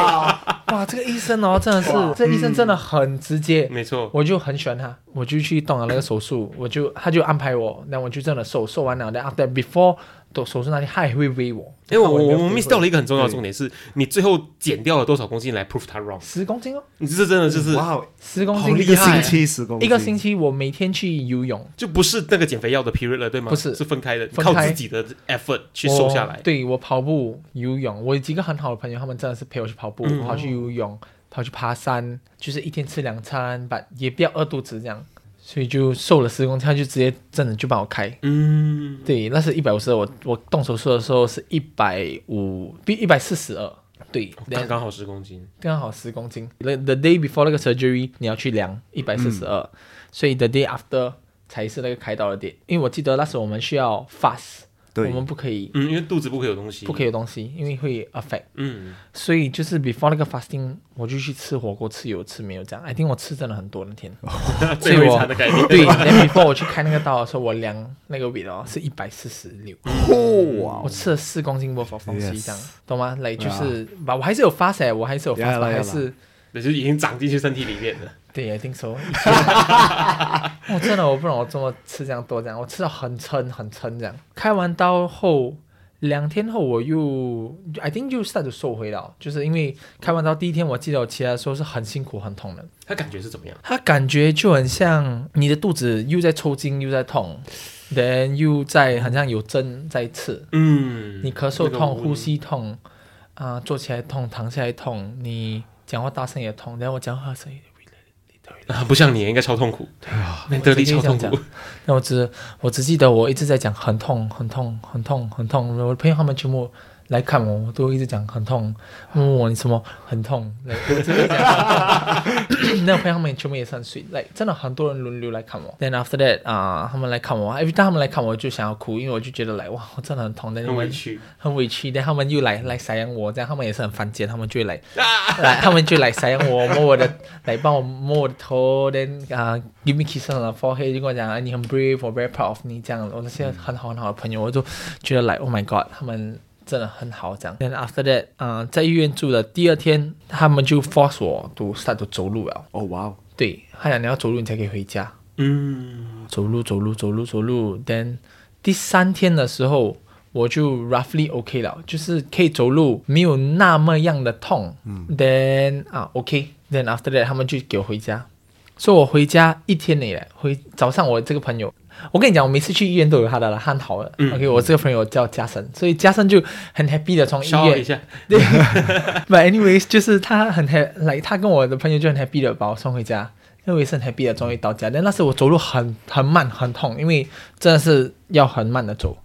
[SPEAKER 1] 哇，这个医生哦，真的是，这医生真的很直接，
[SPEAKER 2] 没错，
[SPEAKER 1] 我就很喜欢他，我就去动了那个手术，我就他就安排我，那我就真的瘦，瘦完了，然后 after before 做手术那天他也会喂我，
[SPEAKER 2] 因为我
[SPEAKER 1] 看有没有
[SPEAKER 2] 我我
[SPEAKER 1] 肥
[SPEAKER 2] miss
[SPEAKER 1] 回
[SPEAKER 2] 掉
[SPEAKER 1] 来
[SPEAKER 2] 了一个很重要的重点是，你最后减掉了多少公斤来 prove 他 wrong，
[SPEAKER 1] 十公斤哦，
[SPEAKER 2] 你这真的就是
[SPEAKER 3] 哇哦，
[SPEAKER 1] 十公
[SPEAKER 3] 好
[SPEAKER 1] 斤
[SPEAKER 3] 一个星期十公斤，
[SPEAKER 1] 一个星期我每天去游泳，
[SPEAKER 2] 就不是那个减肥药的 period 了，对吗？
[SPEAKER 1] 不是
[SPEAKER 2] 是分开的，
[SPEAKER 1] 分
[SPEAKER 2] 靠
[SPEAKER 1] 开哦
[SPEAKER 2] 自己的 effort 去瘦下来
[SPEAKER 1] 我。对我跑步、游泳，我有几个很好的朋友，他们真的是陪我去跑步、
[SPEAKER 2] 嗯
[SPEAKER 1] 跑去游泳、跑去爬山，就是一天吃两餐，把也不要饿肚子这样，所以就瘦了十公斤，他就直接真的就帮我开。
[SPEAKER 2] 嗯，
[SPEAKER 1] 对，那是一百五十二，我我动手术的时候是一百五，比一百四十二，对，
[SPEAKER 2] 刚刚好十公斤。
[SPEAKER 1] 刚好十公斤。The the day before 那个 surgery 你要去量一百四十二，
[SPEAKER 2] 嗯
[SPEAKER 1] 所以 the day after 才是那个开刀的 date。因为我记得那时候我们需要 fast，我
[SPEAKER 3] 对
[SPEAKER 1] 们不可以
[SPEAKER 2] 嗯，因为肚子不可以有东西。
[SPEAKER 1] 不可以有东西，因为会 affect。
[SPEAKER 2] 嗯，
[SPEAKER 1] 所以就是 before 那个 fasting，我就去吃火锅，吃有吃没有这样。I think 我吃真的很多那 天，所
[SPEAKER 2] 最
[SPEAKER 1] 以
[SPEAKER 2] 后一
[SPEAKER 1] 我
[SPEAKER 2] 餐的概念。
[SPEAKER 1] 对。Then before 我去开那个刀的时候，我量那个 weight 哦是一百四十六。
[SPEAKER 2] 哦
[SPEAKER 3] 哇
[SPEAKER 1] 我吃了四公斤 worth of 东西，
[SPEAKER 3] Yes
[SPEAKER 1] 这样懂吗？来就是
[SPEAKER 2] 啊
[SPEAKER 1] 吧，我还是有发噻，我还是有发
[SPEAKER 3] Yeah 啦
[SPEAKER 1] 噻，还
[SPEAKER 3] yeah 啦
[SPEAKER 1] 是
[SPEAKER 2] 那就已经长进去身体里面了。
[SPEAKER 1] 对，I think so 以前。我真的我不懂，我这么吃这样多这样，我吃到很撑很撑这样。开完刀后两天后我又 I think 又 start to 瘦回了，就是因为开完刀第一天，我记得我起来的时候是很辛苦很痛的，
[SPEAKER 2] 他感觉是怎么样？
[SPEAKER 1] 它感觉就很像你的肚子又在抽筋又在痛，then 又在很像有针在刺。
[SPEAKER 2] 嗯，
[SPEAKER 1] 你咳嗽
[SPEAKER 2] 那个
[SPEAKER 1] 痛、
[SPEAKER 2] 温
[SPEAKER 1] 呼吸痛，啊、坐起来痛、躺下来痛，你讲话大声也痛，然后我讲话 声音，
[SPEAKER 2] 啊，不像你应该超痛苦。对啊，那得力超
[SPEAKER 1] 我直接
[SPEAKER 2] 痛
[SPEAKER 1] 这样
[SPEAKER 2] 苦
[SPEAKER 1] 讲。然后我只我只记得我一直在讲很痛、很痛、很痛、很痛，我的朋友他们全部来看我，我都一直讲很痛，问我你什么很痛， 来我真的讲， 那我朋友他们全部也是很 sweet，来真的很多人轮流来看我，then after that 啊、他们来看我，every time 他们来看我我就想要哭，因为我就觉得来哇我真的很痛，但是
[SPEAKER 2] 很委屈，
[SPEAKER 1] 很委屈，但他们又来来散养我，这样他们也是很犯贱，他们就会 来来他们就来散养我，摸我的来帮我摸我的头，then 啊、give me kiss on the forehead，就跟我讲啊你很 brave，我 very proud of 你这样，我那些很好很好的朋友，我就觉得来 oh my god 他们。真的很好，这样。Then after that，嗯、在医院住的第二天，他们就 force 我 to start to 走路了。
[SPEAKER 3] 哦哇哦，
[SPEAKER 1] 对，他讲你要走路你才可以回家。
[SPEAKER 2] 嗯，
[SPEAKER 1] 走路走路走路走路，then 第三天的时候我就 roughly OK 了，就是可以走路，没有那么样的痛。then 啊 OK，then、after that 他们就给我回家，所以我回家一天内来回早上我这个朋友。我跟你讲，我每次去医院都有他的了，他很好的。OK，我这个朋友叫嘉诚，所以嘉诚就很 happy 的从医
[SPEAKER 2] 消耗
[SPEAKER 1] 院
[SPEAKER 2] 一下，
[SPEAKER 1] 对 ，But anyways，就是他很 happy，like, 他跟我的朋友就很 happy 的把我送回家，因为我也是很 happy 的终于到家。但那时候我走路很很慢很痛，因为真的是要很慢的走，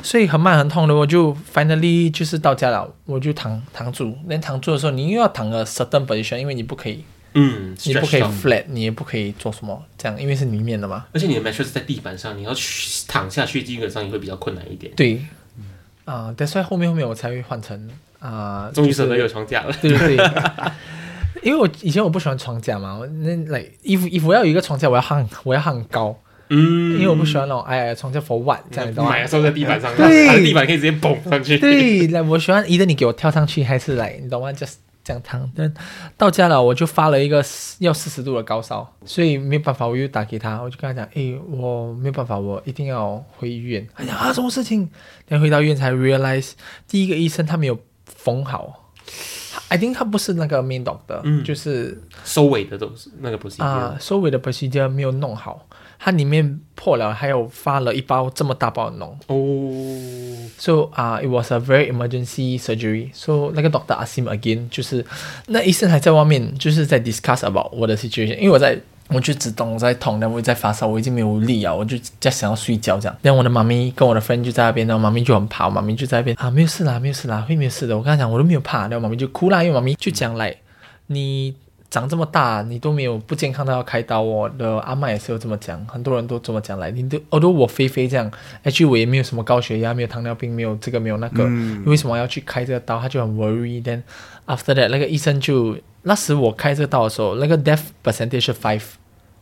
[SPEAKER 1] 所以很慢很痛的，我就 finally 就是到家了，我就躺躺住。连躺住的时候，你又要躺个 certain position，因为你不可以，
[SPEAKER 2] 嗯，
[SPEAKER 1] 你不可以
[SPEAKER 2] stretch 到
[SPEAKER 1] flat，你也不可以做什么这样，因为是里面的嘛。
[SPEAKER 2] 而且你的 mattress 在地板上，你要去躺下去，基本上也会比较困难一点。
[SPEAKER 1] 对，啊、但是后面后面我才会换成啊，
[SPEAKER 2] 终于
[SPEAKER 1] 就是
[SPEAKER 2] 舍得有床架 了，
[SPEAKER 1] 对对对，因为我以前我不喜欢床架嘛，我那来衣服衣服要有一个床架，我要很我要很高，
[SPEAKER 2] 嗯，
[SPEAKER 1] 因为我不喜欢那种哎呀床架 for what 这样你懂吗
[SPEAKER 2] 买？的时候在地板上，
[SPEAKER 1] 对
[SPEAKER 2] 躺在地板可以直接蹦上去。
[SPEAKER 1] 对，来我喜欢，either 你给我跳上去，还是来你懂吗？just 这样躺。但到家了，我就发了一个40要四十度的高烧，所以没办法，我又打给他，我就跟他讲，诶，我没有办法，我一定要回医院。他讲啊，什么事情？但回到医院才 realize，第一个医生他没有缝好。I think 他不是那个 main doctor，、就是
[SPEAKER 2] 收尾的都是那个不是一
[SPEAKER 1] 啊
[SPEAKER 2] 样，，
[SPEAKER 1] 收尾的 procedure 没有弄好，它里面破了，还有发了一包这么大包的脓。
[SPEAKER 2] 哦，
[SPEAKER 1] So 啊、i t was a very emergency surgery. So 那个 doctor asked him again，就是那医生还在外面，就是在 discuss about 我的 situation，因为我在。我就只懂我在痛，但我在发烧，我已经没有力啊，我就在想要睡觉这样。然后我的妈咪跟我的 friend 就在那边，然后妈咪就很怕，我妈咪就在那边啊，没有事啦，没有事啦，会没有事的。我跟她讲，我都没有怕，然后妈咪就哭啦，因为妈咪就讲来，你长这么大，你都没有不健康到要开刀哦。我的阿妈也是有这么讲，很多人都这么讲来。你都，哦，都我肥肥这样，H 我也没有什么高血压，没有糖尿病，没有这个没有那个，你为什么要去开这个刀？他就很 worry。Then after that，那个医生就，那时我开这个刀的时候，那个 death percentage 是 five。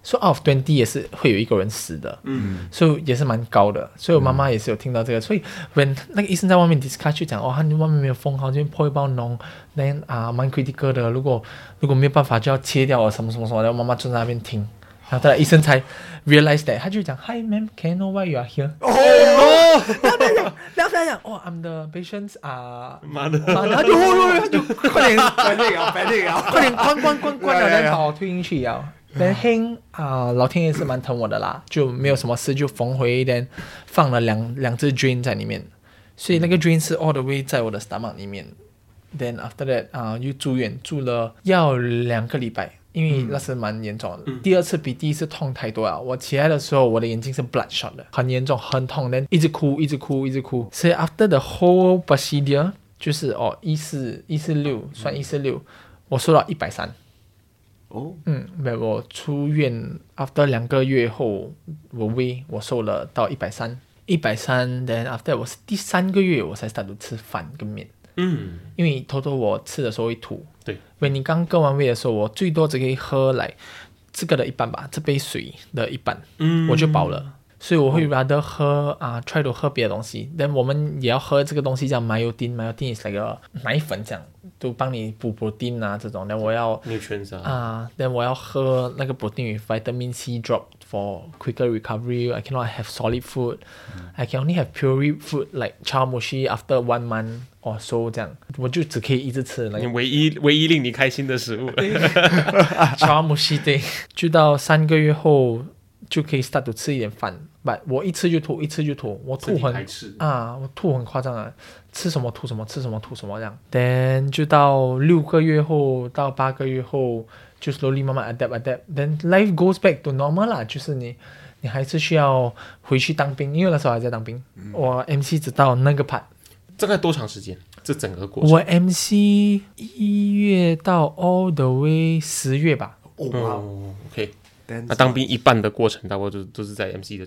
[SPEAKER 1] 说 out of twenty 也是会有一个人死的，嗯，所以也是蛮高的，所以我妈妈也是有听到这个，所以 when 那个医生在外面 discuss 就讲哦，他外面没有封好，这边破一包脓，那啊蛮 critical 的，如果如果没有办法就要切掉了啊什么什么什么，然后妈妈就在那边听，然后后来医生才 realize that，他就讲 Hi ma'am，can you know why you are here？哦， 然后他讲 哦，I'm the patient's 啊，
[SPEAKER 2] 妈的，
[SPEAKER 1] 然后他就他 就快 点
[SPEAKER 3] 白定啊，白定 啊，
[SPEAKER 1] 快点关关关关了，
[SPEAKER 3] 呀呀呀
[SPEAKER 1] 然后把我推进去呀。但黑啊，老天爷是蛮疼我的啦，就没有什么事，就缝回一点，放了两两只 drain 在里面，所以那个 drain 是 all the way 在我的 stomach 里面。Then after that 啊、又住院住了要两个礼拜，因为那时蛮严重的、第二次比第一次痛太多了。我起来的时候，我的眼睛是 bloodshot 的，很严重，很痛，但一直哭，一直哭，一直哭。所以 after the whole procedure 就是哦一四一四六算一四六，我瘦到一百三。
[SPEAKER 3] 哦，
[SPEAKER 1] 嗯，没有，我出院 after 两个月后，我微我瘦了到一百三，一百三，then after 我是第三个月我才 start to 吃饭跟面，
[SPEAKER 2] 嗯，
[SPEAKER 1] 因为偷偷我吃的时候会吐。
[SPEAKER 2] 对，
[SPEAKER 1] 喂，你刚割完胃的时候，我最多只可以喝来这个的一半吧，这杯水的一半，
[SPEAKER 2] 嗯哦
[SPEAKER 1] 我就饱了。所以我会 rather 喝啊、t r y to 喝别的东西。但我们也要喝这个东西叫 myodin，myodin is like a 奶粉这样，都帮你补 protein 啊这种。但我要
[SPEAKER 2] 女圈子啊，
[SPEAKER 1] 啊、t h e n 我要喝那个 protein with vitamin C drop for quicker recovery. I cannot have solid food. I can only have pure food like chamushi after one month or so 这样，我就只可以一直吃那
[SPEAKER 2] 你
[SPEAKER 1] 个
[SPEAKER 2] 唯一唯一令你开心的食物，
[SPEAKER 1] chamushi 对，就到三个月后就可以 start to 吃一点饭。But 我一吃就吐，一吃就吐，我
[SPEAKER 2] 自
[SPEAKER 1] 吐
[SPEAKER 2] 己
[SPEAKER 1] 很
[SPEAKER 2] 排斥。
[SPEAKER 1] 啊，我吐很夸张啊，吃什么吐什么，吃什么吐什么这样。then 就到六个月后到八个月后，就 slowly 慢慢 adapt adapt。then life goes back to normal 啦，就是你
[SPEAKER 2] 嗯
[SPEAKER 1] 你还是需要回去当兵，因为那时候还在当兵，我 MC 只到那个 part。
[SPEAKER 2] 大概多长时间？这整个过程？
[SPEAKER 1] 我 MC 一月到 all the way 十月吧，嗯
[SPEAKER 2] 哦，OK，
[SPEAKER 3] Then
[SPEAKER 1] 啊
[SPEAKER 2] 那当兵一半的过程，大概就都是在 MC 的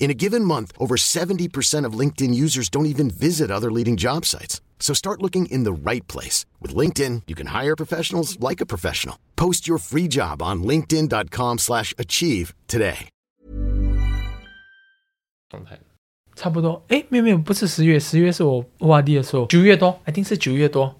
[SPEAKER 4] In a given month, over 70% of LinkedIn users don't even visit other leading job sites. So start looking in the right place. With LinkedIn, you can hire professionals like a professional. Post your free job on linkedin.com/achieve slash achieve today.
[SPEAKER 2] 状态。
[SPEAKER 1] 差不多。诶，没有没有，不是十月，十月是我 ORD 的时候，九月多，I think 是九月多，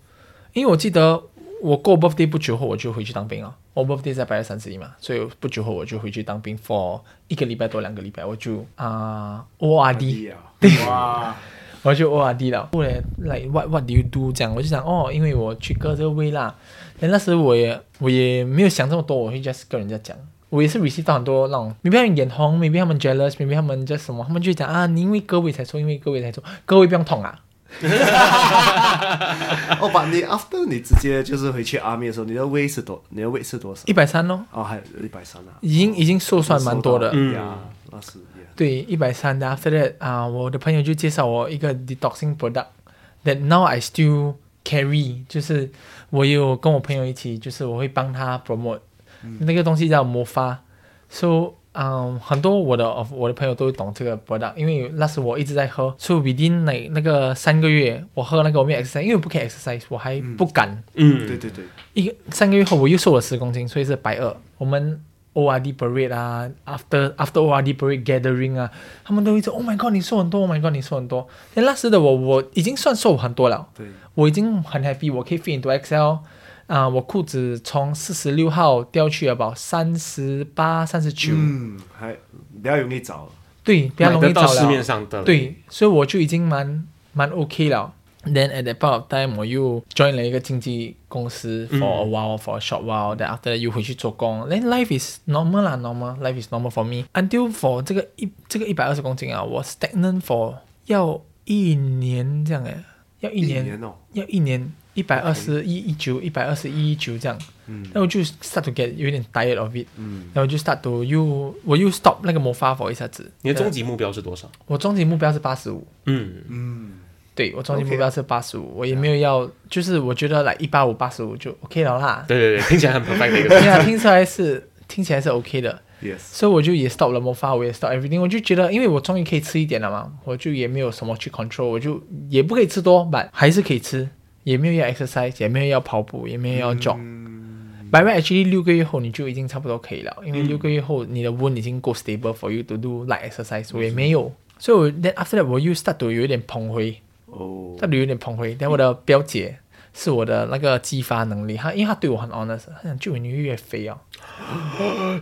[SPEAKER 1] 因为我记得我过 birthday 不久后我就回去当兵了，我 birthday 在八月三十一嘛，所以不久后我就回去当兵，for 一个礼拜多两个礼拜，我就啊、ORD，
[SPEAKER 3] 哎哇，
[SPEAKER 1] 我就 ORD 了。后来 like what what do you do 这样，我就想哦，因为我去割这个胃啦，但那时我也我也没有想这么多，我会 just 跟人家讲。我也是 receive 到很多那种，maybe 他们眼红，maybe 他们 jealous，maybe 他们 just 什么，他们就讲啊，你因为割胃才说，因为割胃才说，割胃不用痛啊，
[SPEAKER 3] 哦，把你 after 你直接就是回去 army 的时候，你的 weight 是多，你的 weight 是多少
[SPEAKER 1] 一？百三咯，
[SPEAKER 3] 哦，还有一百三啊，
[SPEAKER 1] 已经已经瘦算蛮多的。
[SPEAKER 3] 嗯呀，那是，yeah
[SPEAKER 1] 对，一百三的。After that 啊、我的朋友就介绍我一个 detoxing product that now I still carry，就是我有跟我朋友一起，就是我会帮他 promote、那个东西叫魔发。So 嗯、很多我的 of 我的朋友都懂这个 product，因为那时我一直在喝，so within 那那个三个月，我喝那个我没有 exercise，因为我不可以 exercise，我还不敢。
[SPEAKER 2] 嗯，
[SPEAKER 3] 对对对，
[SPEAKER 1] 一个三个月后我又瘦了十公斤，所以是百二。我们 ORD parade 啊，after after ORD parade gathering 啊，他们都一直 Oh my god，你瘦很多，Oh my god，你瘦很多。但那时的我，我已经算瘦很多了，
[SPEAKER 3] 对
[SPEAKER 1] 我已经很 happy，我可以 fit into XL。啊、我裤子从四十六号掉去了吧，三十八、三十九，
[SPEAKER 3] 嗯，还比较容易找，
[SPEAKER 1] 对，比较容易
[SPEAKER 2] 买得
[SPEAKER 1] 找
[SPEAKER 2] 到
[SPEAKER 1] 了。
[SPEAKER 2] 市面上的，
[SPEAKER 1] 对，所以我就已经蛮蛮 OK 了。Then at that point of time，我又 join 了一个经纪公司 for a while、for a short while。Then after that 又回去做工。Then life is normal 啦，normal life is normal for me。Until for 这个一这个一百二十公斤啊，我 stagnant for 要一年这样诶，要一年，
[SPEAKER 3] 一年哦
[SPEAKER 1] 要一年一百二十一一九一百二十一一九这样。那我就 start to get 有点 tired of it，、然后就 start to 又我又 stop 那个魔法 for 一下子。
[SPEAKER 2] 你的终极目标是多少？
[SPEAKER 1] 我终极目标是八十五。
[SPEAKER 2] 嗯，
[SPEAKER 1] 对我终啊极目标是八十五，我也没有要，就是我觉得来一八五八十五就 OK 了啦。
[SPEAKER 2] 对对对，听起来很 perfect 的一个
[SPEAKER 1] 对
[SPEAKER 2] 东西。
[SPEAKER 1] 啊，听出来是听起来是 OK 的，
[SPEAKER 3] ，yes，
[SPEAKER 1] 所以我就也 stop 了魔法，我也 stop everything，我就觉得因为我终于可以吃一点了嘛，我就也没有什么去 control，我就也不可以吃多，但还是可以吃，也没有要 exercise，也没有要跑步，也没有要
[SPEAKER 3] 嗯
[SPEAKER 1] jog。白白 actually 六个月后你就已经差不多可以了，因
[SPEAKER 3] 嗯
[SPEAKER 1] 为六个月后你的 wound 已经够 stable for you to do light
[SPEAKER 3] 嗯
[SPEAKER 1] exercise，我也没有，所以我 then after that 我又 start to 有一点膨回。
[SPEAKER 3] 哦，
[SPEAKER 1] 到底有点捧回。但我的表姐是我的那个激发能力，她因为她对我很 honest，她讲就你越肥哦，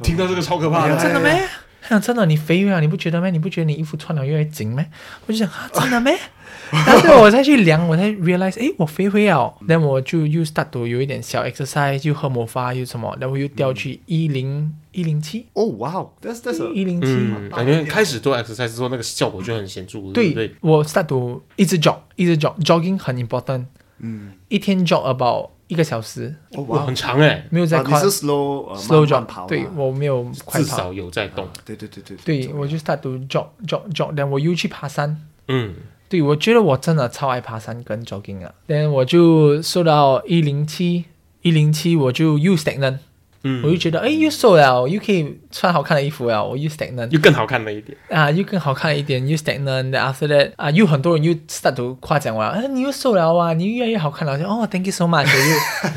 [SPEAKER 2] 听到这个超可怕的，
[SPEAKER 1] 真的
[SPEAKER 3] 哎
[SPEAKER 1] 咩？她讲真的，你肥了，你不觉得咩？你不觉得你衣服穿了越来越紧咩？我就想 啊，真的咩？但是我再去量，我才 realize，诶，我肥回了。那我就又 start to 有一点小 exercise，又喝魔法，又什么，然后又掉
[SPEAKER 3] 嗯
[SPEAKER 1] 去一零一零七，
[SPEAKER 3] 哦，哇哦，that's that's
[SPEAKER 1] 一
[SPEAKER 3] a
[SPEAKER 1] 零七。
[SPEAKER 2] 嗯，感觉开始做 exercise 之后，那个效果就很显著，
[SPEAKER 1] 对
[SPEAKER 2] 不对，
[SPEAKER 1] 我 start to 一直 jog，一直 jog，jogging 很 important。嗯，一天 jog about 一个小时，
[SPEAKER 3] 哦，
[SPEAKER 2] 哇，
[SPEAKER 3] 哇
[SPEAKER 2] 很，长哎，
[SPEAKER 1] 没有在
[SPEAKER 3] 啊你
[SPEAKER 1] 夸
[SPEAKER 3] 是 slow 呃
[SPEAKER 1] slow
[SPEAKER 3] 慢
[SPEAKER 1] jog，
[SPEAKER 3] 慢跑啊，
[SPEAKER 1] 对我没有快
[SPEAKER 2] 至
[SPEAKER 1] 跑
[SPEAKER 2] 少，有在动。
[SPEAKER 3] 对对对对，
[SPEAKER 1] 对我就 start to jog jog jog，然后我又去爬山。
[SPEAKER 2] 嗯，
[SPEAKER 1] 对，我觉得我真的超爱爬山跟 jogging 啊。然后我就瘦到一零七，一零七我就又 stagnant，嗯，我就觉得哎又瘦了，又可以穿好看的衣服了，我又 stagnant。
[SPEAKER 2] 又更好看了一 点。
[SPEAKER 1] 啊，又更好看一点，又 stagnant。After that，啊，又很多人又 start to 夸奖我了，哎，你又瘦了啊，你又越来越好看了。我就哦，thank you so much，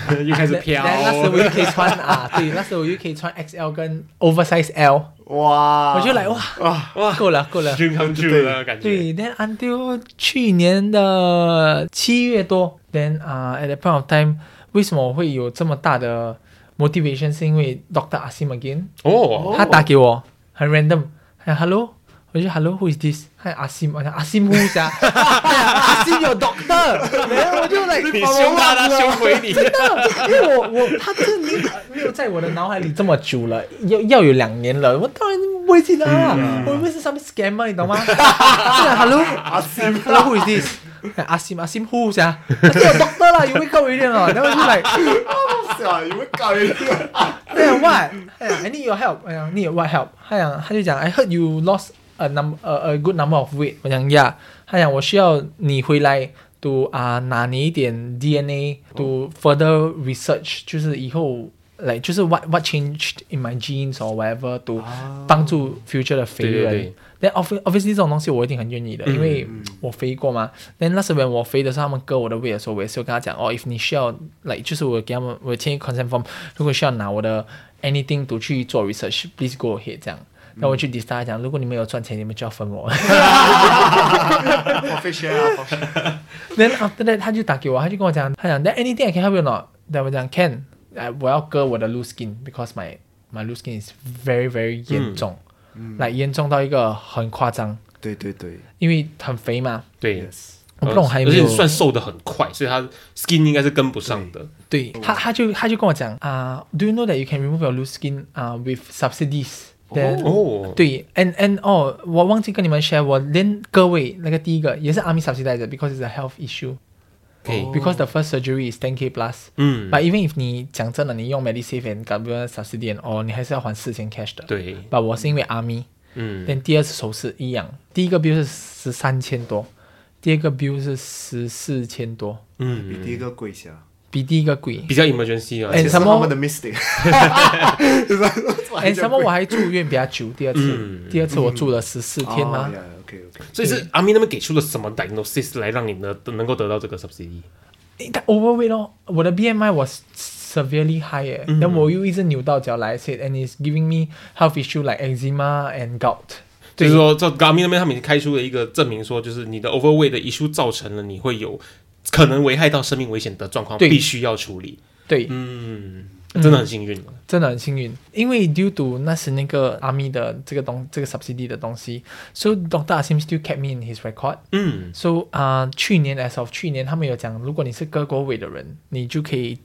[SPEAKER 1] 我又。
[SPEAKER 2] 又开始
[SPEAKER 1] 那
[SPEAKER 2] 飘。
[SPEAKER 1] 那那时候我又可以穿啊，对，那时候我又可以穿 XL 跟 oversize L，
[SPEAKER 3] 哇，
[SPEAKER 1] 我就 来哇
[SPEAKER 3] 哇，
[SPEAKER 1] 哇，够了 够了。
[SPEAKER 2] dream come true
[SPEAKER 3] 对
[SPEAKER 2] 了感觉。
[SPEAKER 1] 对，then until 去年的七月多，then 啊、uh,，at that point of time，为什么我会有这么大的 motivation？是因为 Doctor Asim again，、
[SPEAKER 2] 哦，
[SPEAKER 1] 他打给我，很 random，哎，hello，我就 hello，who is this？他 Asim，我讲 Asim who 呀？Asim your doctor，然后我就 like
[SPEAKER 2] 你凶他，他凶回 你。
[SPEAKER 1] 因为我我他这个名字没有在我的脑海里这么久了，要要有两年了，我当然不会记得啊，我以为是上面 scammer，你懂吗是啊？Hello，阿 Sim，h e l l o who is this？阿 Sim，阿 Sim who 噻？他是我 doctor 啦，you wake up already 了，然后我就 like，
[SPEAKER 3] 啊，你们搞 一个，
[SPEAKER 1] 哎呀 what？哎呀，I need your help，哎呀，need your what help？他讲他就讲，I heard you lost a number a a good number of weight，我讲 yeah，他讲我需要你回来。读啊、拿你一点 DNA，读 further research，就是以后来就是 what what changed in my genes or whatever，读帮助 future 的肥
[SPEAKER 2] Oh. 对对
[SPEAKER 1] 人。但 obvi- obviously 这种东西我一定很愿意的，因为我肥过嘛。但那时候我肥的时候，他们割我的胃的时候，我也是有跟他讲哦，if 你需要，like 就是我给他们我签一个 consent form，如果需要拿我的 anything 读去做 research，please go ahead 这样。那我去 dis 他讲，如果你们有赚钱，你们就要分我。
[SPEAKER 3] 我飞起来了，
[SPEAKER 1] Then after that，他就打给我，他就跟我讲，他讲 That anything I can help you or not？对，我讲 Can，呃，我要割我的 loose skin because my my loose skin is very very 严重，来、严重到一个很夸张，
[SPEAKER 3] 对对对
[SPEAKER 1] 因为很肥嘛，
[SPEAKER 2] 对，呃
[SPEAKER 1] 我哦不懂还有
[SPEAKER 2] 而
[SPEAKER 1] 没
[SPEAKER 2] 且
[SPEAKER 1] 有
[SPEAKER 2] 算瘦的很快，所以他 skin 应该是跟不上的。
[SPEAKER 1] 对，他他就他就跟我讲啊、d o you know that you can remove your loose skin 啊、with subsidies？Then,
[SPEAKER 2] 哦，
[SPEAKER 1] 对，and and 哦，我忘记跟你们 share，我连各位那个第一个也是 army subsidize 的，because it's a health issue。
[SPEAKER 2] OK
[SPEAKER 1] Because the first surgery is 10k plus，
[SPEAKER 2] 哦嗯
[SPEAKER 1] ，but even if 你讲真的，你用 MediSave and government subsidy and all，你还是要还四千 cash 的。
[SPEAKER 2] 对
[SPEAKER 1] ，but 我是因为 army，
[SPEAKER 2] 嗯，
[SPEAKER 1] 但第二次首饰一样，第一个 bill 是十三千多，第二个 bill 是十四千多，
[SPEAKER 2] 嗯，
[SPEAKER 3] 比第一个贵些。
[SPEAKER 1] 比第一个贵。
[SPEAKER 2] 比较 emergency 啊。
[SPEAKER 1] 哎
[SPEAKER 3] 也是
[SPEAKER 1] 什么
[SPEAKER 3] 他们的 mistake，
[SPEAKER 1] 哎，什么？我还住院比较久，第二次，第二次我住了十四天啊吗？
[SPEAKER 3] 哦 Oh,？OK OK，
[SPEAKER 2] 所以是阿明那边给出了什么 diagnosis 来让你呢能够得到这个 subsidy？
[SPEAKER 1] 应该 overweight 哦，我的 BMI was severely high 耶、然后我又一直扭到脚来，said and it's giving me health issue like eczema and gout。
[SPEAKER 2] 就是说，在阿明那边他们已经开出了一个证明，说就是你的 overweight 的 issue 造成了你会有可能危害到生命危险的状况，
[SPEAKER 1] 对
[SPEAKER 2] 必须要处理。
[SPEAKER 1] 对，
[SPEAKER 2] 嗯，真的很幸运了。
[SPEAKER 1] 真的很幸运，因为 due to 那时那个 army 的这个东这个 subsidy 的东西，so Doctor Asim still kept me in his record。
[SPEAKER 2] 嗯
[SPEAKER 1] So 啊、去年 as of 去年，他们有讲，如果你是各国委的人，你就可以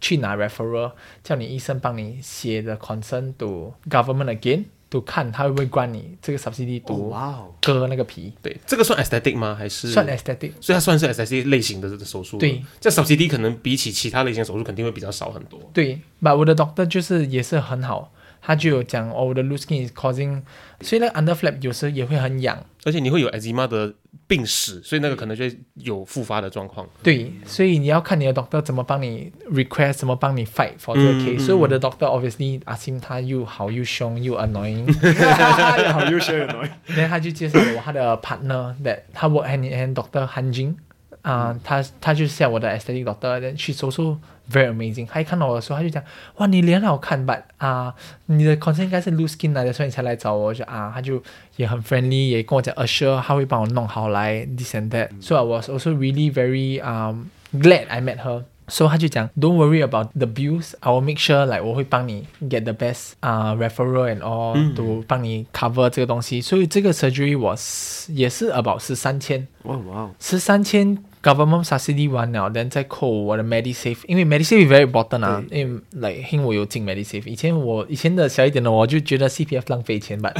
[SPEAKER 1] 去拿 referral，叫你医生帮你写的 consent to government again，to 看他会不会关你这个 subsidy to
[SPEAKER 3] 哇 哦，
[SPEAKER 1] 割那个皮，
[SPEAKER 2] 对，这个算 aesthetic 吗？还 Oh, 是
[SPEAKER 1] 算 aesthetic。
[SPEAKER 2] 所以它算是 SIC 类型的手术了。
[SPEAKER 1] 对
[SPEAKER 2] 这 subsidy 可能比起其他类型的手术肯定会比较少很多。
[SPEAKER 1] 对，把我的 doctor 就是也是很好，他就有讲哦，我的 loose skin is causing，所以那个 under flap 有时也会很痒。
[SPEAKER 2] 而且你会有 eczema 的病史，所以那个可能就会有复发的状况。
[SPEAKER 1] 对，所以你要看你的 doctor 怎么帮你 request，怎么帮你 fight for 这个 case、所以我的 doctor obviously 阿信他又好又凶又 annoying，
[SPEAKER 3] 好优秀的，
[SPEAKER 1] 然后他就介绍我他的 partner that 他 work hand in hand doctor Han Jin，啊、他他就是像我的 aesthetic doctor，then she's also very amazing。他一看到我的时候，他就讲，哇，你脸好看吧？啊、你的 concern 应该是 loose skin 来的，所以你才来找我。我就啊，他就也很 friendly，也跟我讲，assure 他会帮我弄好来 this and that。So I was also really very um glad I met her。So 他就讲，Don't worry about the bills. I will make sure like 我会帮你 get the best 啊、referral and all，都、帮你 cover 这个东西。所以这个 surgery was 也是 about 是三千。
[SPEAKER 3] 哇哇，
[SPEAKER 1] 十三千 government subsidy 完了，然后再扣我的 MediSave，因为 MediSave very important 啊，因为 like 因为我有进 MediSave，以前我以前的小一点的我就觉得 CPF 浪费钱吧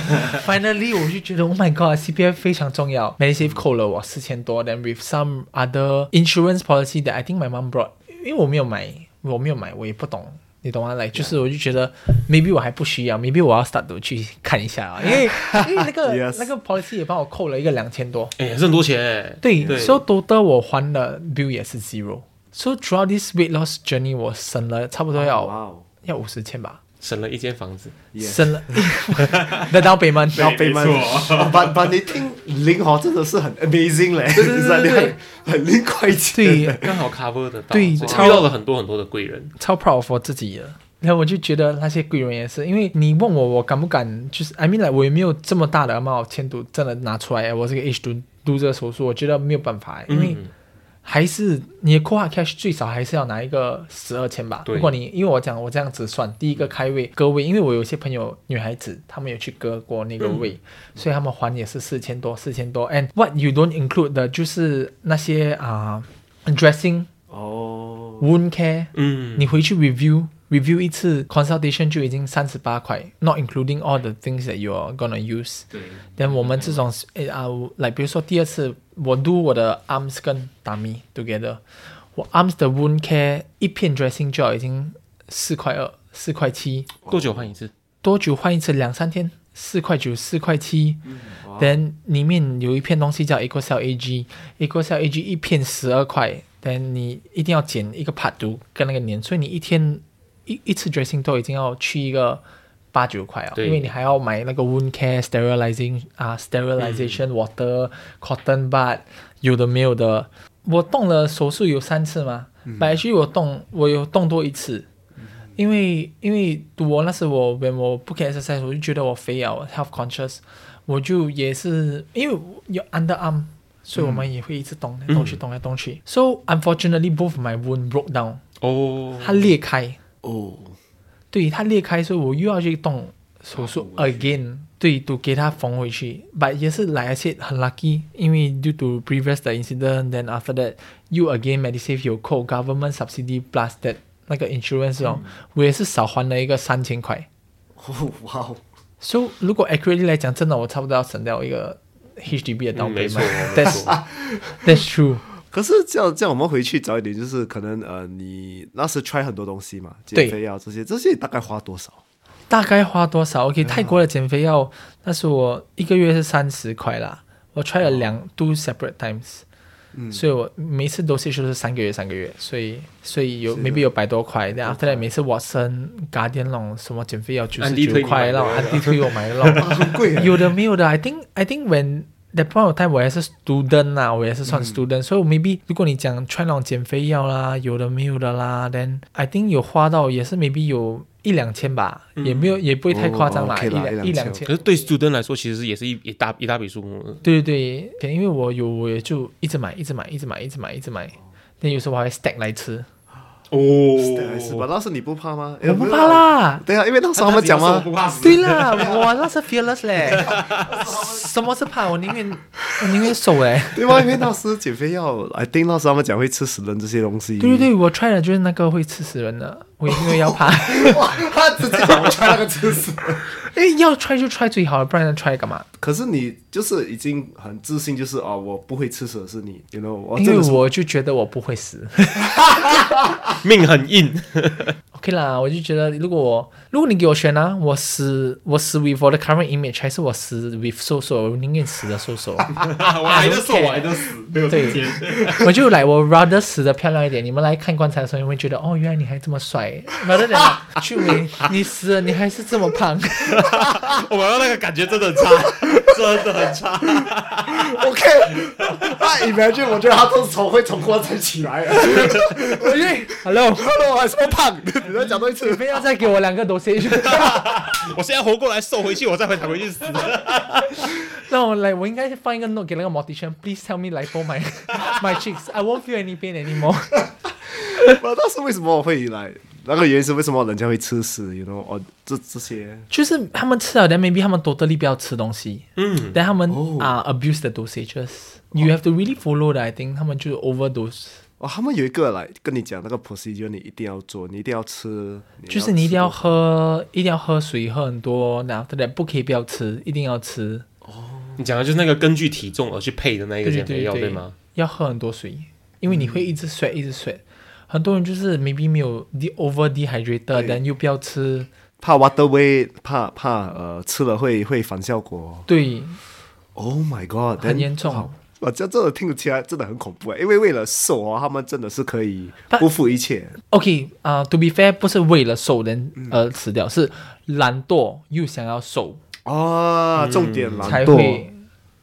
[SPEAKER 1] ，finally 我就觉得 Oh my God，CPF 非常重要，MediSave 扣了我四千多，then with some other insurance policy that I think my mom brought，因为我没有买，我没有买，我也不懂。你懂吗？来、就是我就觉得，maybe 我还不需要，maybe 我要 start to 去看一下啊，因为因为那个
[SPEAKER 3] Yes
[SPEAKER 1] 那个 policy 也帮我扣了一个两千多，
[SPEAKER 2] 哎，还是很多钱哎。
[SPEAKER 1] 对
[SPEAKER 2] 对
[SPEAKER 1] ，so total 我还了 bill 也是 zero。So throughout this weight loss journey，我省了差不多要、
[SPEAKER 3] 哇哦，
[SPEAKER 1] 要五十千吧，
[SPEAKER 2] 省了一间房子，
[SPEAKER 1] 省了 the down payment。
[SPEAKER 3] 然后被骂， 把把你听林豪真的是很 amazing 嘞， 对对对，很零块钱，
[SPEAKER 1] 对，
[SPEAKER 2] 刚好 cover 得到，
[SPEAKER 1] 对
[SPEAKER 2] 所以
[SPEAKER 1] 超
[SPEAKER 2] 遇到了很多很多的贵人。
[SPEAKER 1] 超 proud of 我自己的。然后我就觉得那些贵人也是，因为你问我我敢不敢，就是 I mean like 我也没有这么大的 amount 钱都真的拿出来，我这个 age 读读这个手术，我觉得没有办法，因为还是你的 core cash 最少还是要拿一个十二千吧。
[SPEAKER 2] 对
[SPEAKER 1] 如果你因为我讲我这样子算，第一个开胃割胃，因为我有些朋友女孩子她们有去割过那个胃，所以她们还也是四千多，四千多。And what you don't include 的就是那些啊、dressing
[SPEAKER 3] 哦，
[SPEAKER 1] wound care。
[SPEAKER 2] 嗯，
[SPEAKER 1] 你回去 review review 一次 consultation 就已经三十八块，not including all the things that you're gonna use。
[SPEAKER 2] 对，
[SPEAKER 1] 但我们这种诶啊，来、比如说第二次我 do 我的 arms 跟 dummy together，我 arms 的 wound care 一片 dressing gel 已经四块二、四块七，
[SPEAKER 2] 多久换一次？
[SPEAKER 1] 多久换一次？两三天，四块九、四块七。then 里面有一片东西叫 Equacell AG，Equacell AG 一片十二块，then 你一定要减一个 part 毒跟那个粘，所以你一天一一次 dressing 都已经要去一个八九块了，
[SPEAKER 2] 对
[SPEAKER 1] 因为你还要买那个 wound care sterilizing 啊 sterilization water cotton bud，有的没有的。我动了手术有三次嘛，本来去我动我有动多一次。因为因为我那时我 when 我不可以 exercise，我就觉得我肥啊，我 health conscious，我就也是因为我有 underarm，所以我们也会一直动来动去，动来动去。So unfortunately, both my wound broke down，
[SPEAKER 2] 哦，
[SPEAKER 1] 它裂开，
[SPEAKER 3] 哦，
[SPEAKER 1] 对，它裂开，所以我又要去动手术
[SPEAKER 2] 啊
[SPEAKER 1] again，对，都给它缝回去。But 也是 like I said 很 lucky，因为 due to previous 的 incident，then after that you again medisave 有扣 government subsidy plus that 那个 insurance
[SPEAKER 2] 嗯
[SPEAKER 1] 哦，我也是少还了一个三千块。
[SPEAKER 3] 哦，哇哦，
[SPEAKER 1] So 如果 accurately 来讲，真的我差不多要省掉一个 HDB 的
[SPEAKER 2] 嗯
[SPEAKER 1] 倒杯
[SPEAKER 2] 没
[SPEAKER 1] 嘛
[SPEAKER 2] 错，。没
[SPEAKER 1] That's
[SPEAKER 2] 错，
[SPEAKER 1] that's true。
[SPEAKER 3] 可是这样这样，我们回去早一点，就是可能呃，你那时 try 很多东西嘛，
[SPEAKER 1] 对
[SPEAKER 3] 减肥啊药这些，这些大概花多少？
[SPEAKER 1] 大概花多少？OK，泰国的减肥药，那是我一个月是三十块啦，我 try 了两 two separate times，、所以我每次 dosage 都是三个月三个月，所以所以有 maybe 有百多块，然后 after that 每次 Watson、Guardian 那种什么减肥药九十
[SPEAKER 2] 安迪
[SPEAKER 1] 九
[SPEAKER 2] 推你
[SPEAKER 1] 块，
[SPEAKER 2] 买的
[SPEAKER 1] 那种 安迪 推我买的那种，
[SPEAKER 3] 很贵啊耶
[SPEAKER 1] 有的没有的，I think I think when that point of time 我还是 student 啦，我也是
[SPEAKER 3] 嗯
[SPEAKER 1] 算 student，、所以我 maybe 如果你讲 try 那种减肥药啦，有的没有的啦，then I think 有花到也是 maybe 有一两千吧，也没有也不会太夸张啦，
[SPEAKER 3] 嗯哦，OK
[SPEAKER 1] 一
[SPEAKER 3] 啦
[SPEAKER 1] 两
[SPEAKER 3] 一两千
[SPEAKER 1] 两
[SPEAKER 2] 可是对 student 来说，其实也是一一大一大笔数目。
[SPEAKER 1] 对对对，因为我有我也就一直买一直买一直买一直买一直买，那有时候我还会 stack 来吃，
[SPEAKER 2] 哦
[SPEAKER 3] 是吧？那时你不怕吗？
[SPEAKER 1] 我不怕啦。
[SPEAKER 3] 对啊，因为那时候他们讲
[SPEAKER 2] 他
[SPEAKER 3] 嘛
[SPEAKER 2] 只要说我，不怕死
[SPEAKER 1] 对啦，我那是 fearless 嘞， 什么是怕？我宁愿我宁愿瘦哎、
[SPEAKER 3] 对吗？因为那时减肥药，I think 那时他们讲会吃死人这些东西。
[SPEAKER 1] 对对对，我 try 的就是那个会吃死人的， 我一定会要怕。
[SPEAKER 3] 哦他直接讲我 try 那个吃死人。
[SPEAKER 1] 哎，要 try 就 try 最好了，不然 try 干嘛？
[SPEAKER 3] 可是你就是已经很自信，就是哦，我不会吃死的是你，you know，我
[SPEAKER 1] 因
[SPEAKER 3] 哦真
[SPEAKER 1] 为
[SPEAKER 3] 的是
[SPEAKER 1] 我就觉得我不会死。
[SPEAKER 2] 命很 硬，
[SPEAKER 1] OK 啦，我就觉得如果我如果你给我选啊，我死我死 with 我的 current image，还是我死 with 瘦瘦，我宁愿死的瘦瘦。
[SPEAKER 2] 啊我挨着瘦，我挨着死，没有
[SPEAKER 1] 对
[SPEAKER 2] 时间。
[SPEAKER 1] 我就来我 rather 死的漂亮一点。你们来看棺材的时候，你会觉得哦，原来你还这么帅。rather than 去你你死了你还是这么胖。
[SPEAKER 2] 我刚刚那个感觉真的很差，真的很差。
[SPEAKER 3] OK，他 imagine，我觉得他都从会从棺材起来了。
[SPEAKER 1] 我就 Hello，
[SPEAKER 3] 我还说胖，你再讲多一次
[SPEAKER 1] 你。不要再给我两个 dosage。
[SPEAKER 2] 我现在活过来，瘦回去，我再回回去死。
[SPEAKER 1] 那我来，我应该是放一个 note 给那个 mortician，please tell me lipo my my cheeks. I won't feel any pain anymore.
[SPEAKER 3] 我当时为什么我会来？那个原因是为什么人家会吃屎？You know，哦，这这些
[SPEAKER 1] 就是他们吃了，但 maybe 他们 totally 不要吃东西，嗯，但他们啊、abuse the dosages。You have to really follow 的，I think 他们就是 overdose，
[SPEAKER 3] 哦，他们有一个来跟你讲那个 procedure，你一定要做，你一定要吃，
[SPEAKER 1] 就是你一定要
[SPEAKER 3] 吃
[SPEAKER 1] 喝，一定要喝水，喝很多，然后 after that 不可以不要吃，一定要吃，
[SPEAKER 2] 你讲的就是那个根据体重而去配的那一个
[SPEAKER 1] 对
[SPEAKER 2] 减
[SPEAKER 1] 对
[SPEAKER 2] 肥
[SPEAKER 1] 对
[SPEAKER 2] 药，
[SPEAKER 1] 对
[SPEAKER 2] 吗？？
[SPEAKER 1] 要喝很多水，因为你会一直 sweat 一直 sweat。很多人就是 maybe 没有 de over dehydrated，但又不要吃，
[SPEAKER 3] 怕 water weight，怕怕呃吃了会会反效果。
[SPEAKER 1] 对，
[SPEAKER 3] Oh my god，
[SPEAKER 1] 很
[SPEAKER 3] then-
[SPEAKER 1] 严重。
[SPEAKER 3] 哇，这真的听起来真的很恐怖欸，因为为了瘦啊，他们真的是可以
[SPEAKER 1] But-
[SPEAKER 3] 不顾一切。
[SPEAKER 1] OK 啊、t o be fair，不是为了瘦人
[SPEAKER 3] 嗯
[SPEAKER 1] 而死掉，是懒惰又想要瘦
[SPEAKER 3] 啊，重点
[SPEAKER 1] 嗯
[SPEAKER 3] 懒
[SPEAKER 1] 才
[SPEAKER 3] 惰
[SPEAKER 1] 会。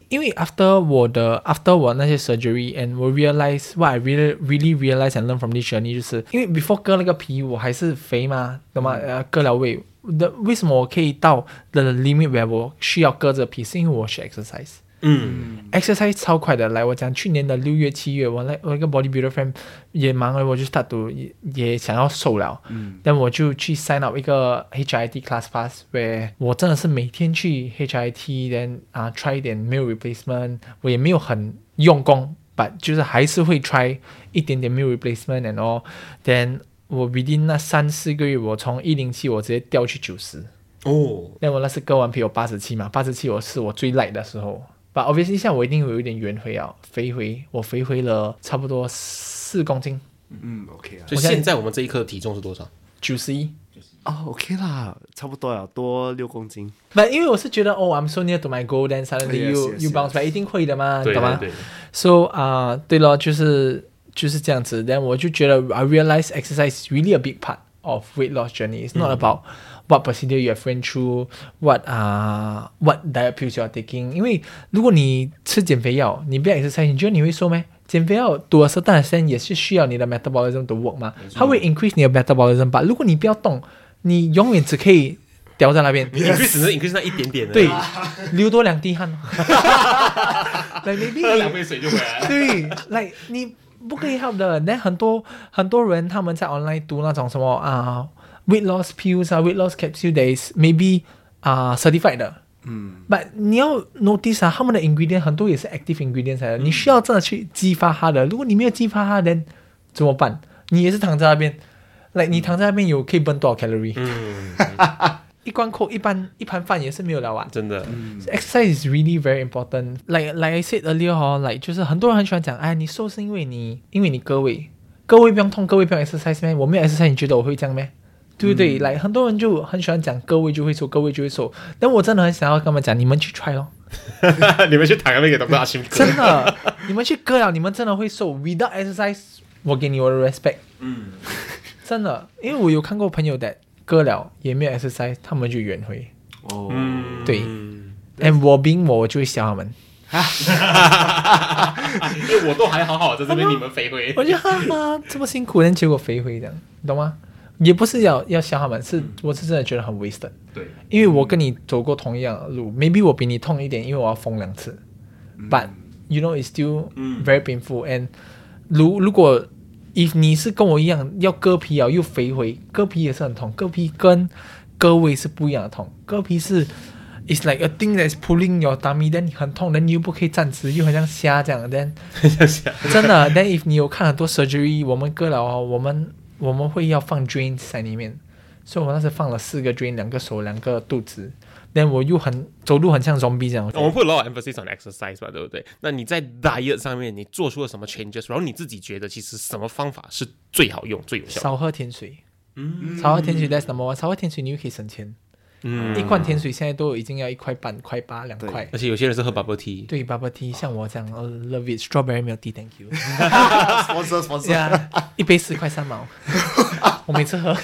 [SPEAKER 1] 因为 after 我的 after 我那些 surgery and 我 realize what I really really realize and learn from this journey 就是因为 before 割那个皮我还是肥嘛，懂吗？
[SPEAKER 3] 嗯
[SPEAKER 1] 呃，割了胃的为什么我可以到 the limit where 我需要割这皮，是因为我学 exercise。
[SPEAKER 2] 嗯
[SPEAKER 1] exercise 超快的，来，我讲去年的六月、七月，我那我一个 bodybuilder friend 也忙了，我就 start to 也也想要瘦了，嗯，但我就去 sign up 一个 HIT class pass，where 我真的是每天去 HIT，then 啊、try 一点 meal replacement，我也没有很用功，but 就是还是会 try 一点点 meal replacement and all，then 我 within 那三四个月，我从一零七我直接掉去九十。
[SPEAKER 2] 哦，
[SPEAKER 1] 那我那次割完皮有八十七嘛，八十七我是我最 light 的时候。But obviously 现在我一定有一点圆回啊，肥回，我肥回了差不多四公斤，
[SPEAKER 3] 嗯，OK 啊，
[SPEAKER 2] 所以现在我们这一刻的体重是多少？
[SPEAKER 1] 九十一。
[SPEAKER 3] 哦，OK 啦，差不多了，啊多六公斤。
[SPEAKER 1] But 因为我是觉得哦，I'm so near to my goal, then suddenly
[SPEAKER 3] Oh, Yes,
[SPEAKER 1] you
[SPEAKER 3] yes,
[SPEAKER 1] you bounce
[SPEAKER 3] yes.
[SPEAKER 1] back，一定会的嘛，
[SPEAKER 2] 对
[SPEAKER 1] 懂吗
[SPEAKER 2] 对对，
[SPEAKER 1] ？So 啊、对了，就是就是这样子。Then 我就觉得 I realize exercise is really a big part of weight loss journey. It's
[SPEAKER 3] Mm
[SPEAKER 1] not about what procedure you have went through, what 啊、what diet pills you are taking. 因为如果你吃减肥药，你不要 exercise，你觉得你会瘦吗？减肥药 to a certain extent 也是需要你的 metabolism to work 嘛，它会 increase 你的 metabolism，but 如果你不要动，你永远只可以吊在那 边。
[SPEAKER 2] 你 increase 只是 increase 那一点点而已，
[SPEAKER 1] 对，流多两滴汗。like
[SPEAKER 2] 喝两
[SPEAKER 1] maybe
[SPEAKER 2] 杯水就回来了。
[SPEAKER 1] 对，like 你不可以 help 的。那很多很多人他们在 online 读那种什么啊、weight loss pills 啊 weight loss capsule that is maybe 啊、certified 的。嗯，but 你要 notice 啊，他们的 ingredient 很多也是 active ingredients 来的，你需要真的去激发它的。如果你没有激发它，then 怎么办？你也是躺在那边，like 你躺在那边有可以 burn 多少 calorie？、
[SPEAKER 2] 嗯，
[SPEAKER 1] 一罐 coke 一般一盘饭也是没有了完。
[SPEAKER 2] 真的，
[SPEAKER 1] Exercise is really very important. Like like I said earlier 哈，like 就是很多人很喜欢讲，哎，你瘦是因为你因为你割胃，割胃不用痛，割胃不用 exercise 咩？我没有 exercise，你觉得我会这样咩？对不对？来、很多人就很喜欢讲割胃就会瘦，割胃就会瘦。但我真的很想要跟他们讲，你们去 try 哦，
[SPEAKER 2] 你们去躺那边给 d 阿辛哥
[SPEAKER 1] 真的，你们去割了，你们真的会瘦。Without exercise，我给你我的 respect。嗯， 真的，因为我有看过朋友的割了也没有 exercise，他们就圆回。
[SPEAKER 3] 哦，
[SPEAKER 1] 对、a n d 我冰我我就会笑他们。
[SPEAKER 2] 哎我都还好好，在这边 你们飞回。
[SPEAKER 1] 我就哈哈，这么辛苦，但结果肥回这样，你懂吗？也不是要要笑他们，是我是真的觉得很 wasted，
[SPEAKER 2] 嗯对，
[SPEAKER 1] 因为我跟你走过同一样的路，maybe 我比你痛一点，因为我要缝两次，but you know it's still very painful and 如如果 if 你是跟我一样要割皮啊又肥回，割皮也是很痛，割皮跟割胃是不一样的痛，割皮是 it's like a thing that's pulling your tummy，但你很痛，但你又不可以站直，又很像虾这样，但真的，但 if 你有看很多 surgery，我们割了哦，我们我们会要放 drain 在里面，所以我那时放了四个 drain，两个手，两个肚子。但我又很走路很像 zombie 这样。
[SPEAKER 2] 我们会 lot of emphasis on exercise 吧，对不对？那你在 diet 上面你做出了什么 changes？然后你自己觉得其实什么方法是最好用、最有效的？
[SPEAKER 1] 少喝甜水，
[SPEAKER 3] 嗯
[SPEAKER 1] 少喝甜水 that's number one。少喝甜水你又可以省钱，一罐甜水现在都已经要一块半、块八、两块。
[SPEAKER 2] 而且有些人是喝 bubble tea，
[SPEAKER 1] 对 bubble tea，像我这样，I love it strawberry milk tea，thank you。
[SPEAKER 3] sponsor sponsor，
[SPEAKER 1] 呀，一杯四块三 毛，我每次喝。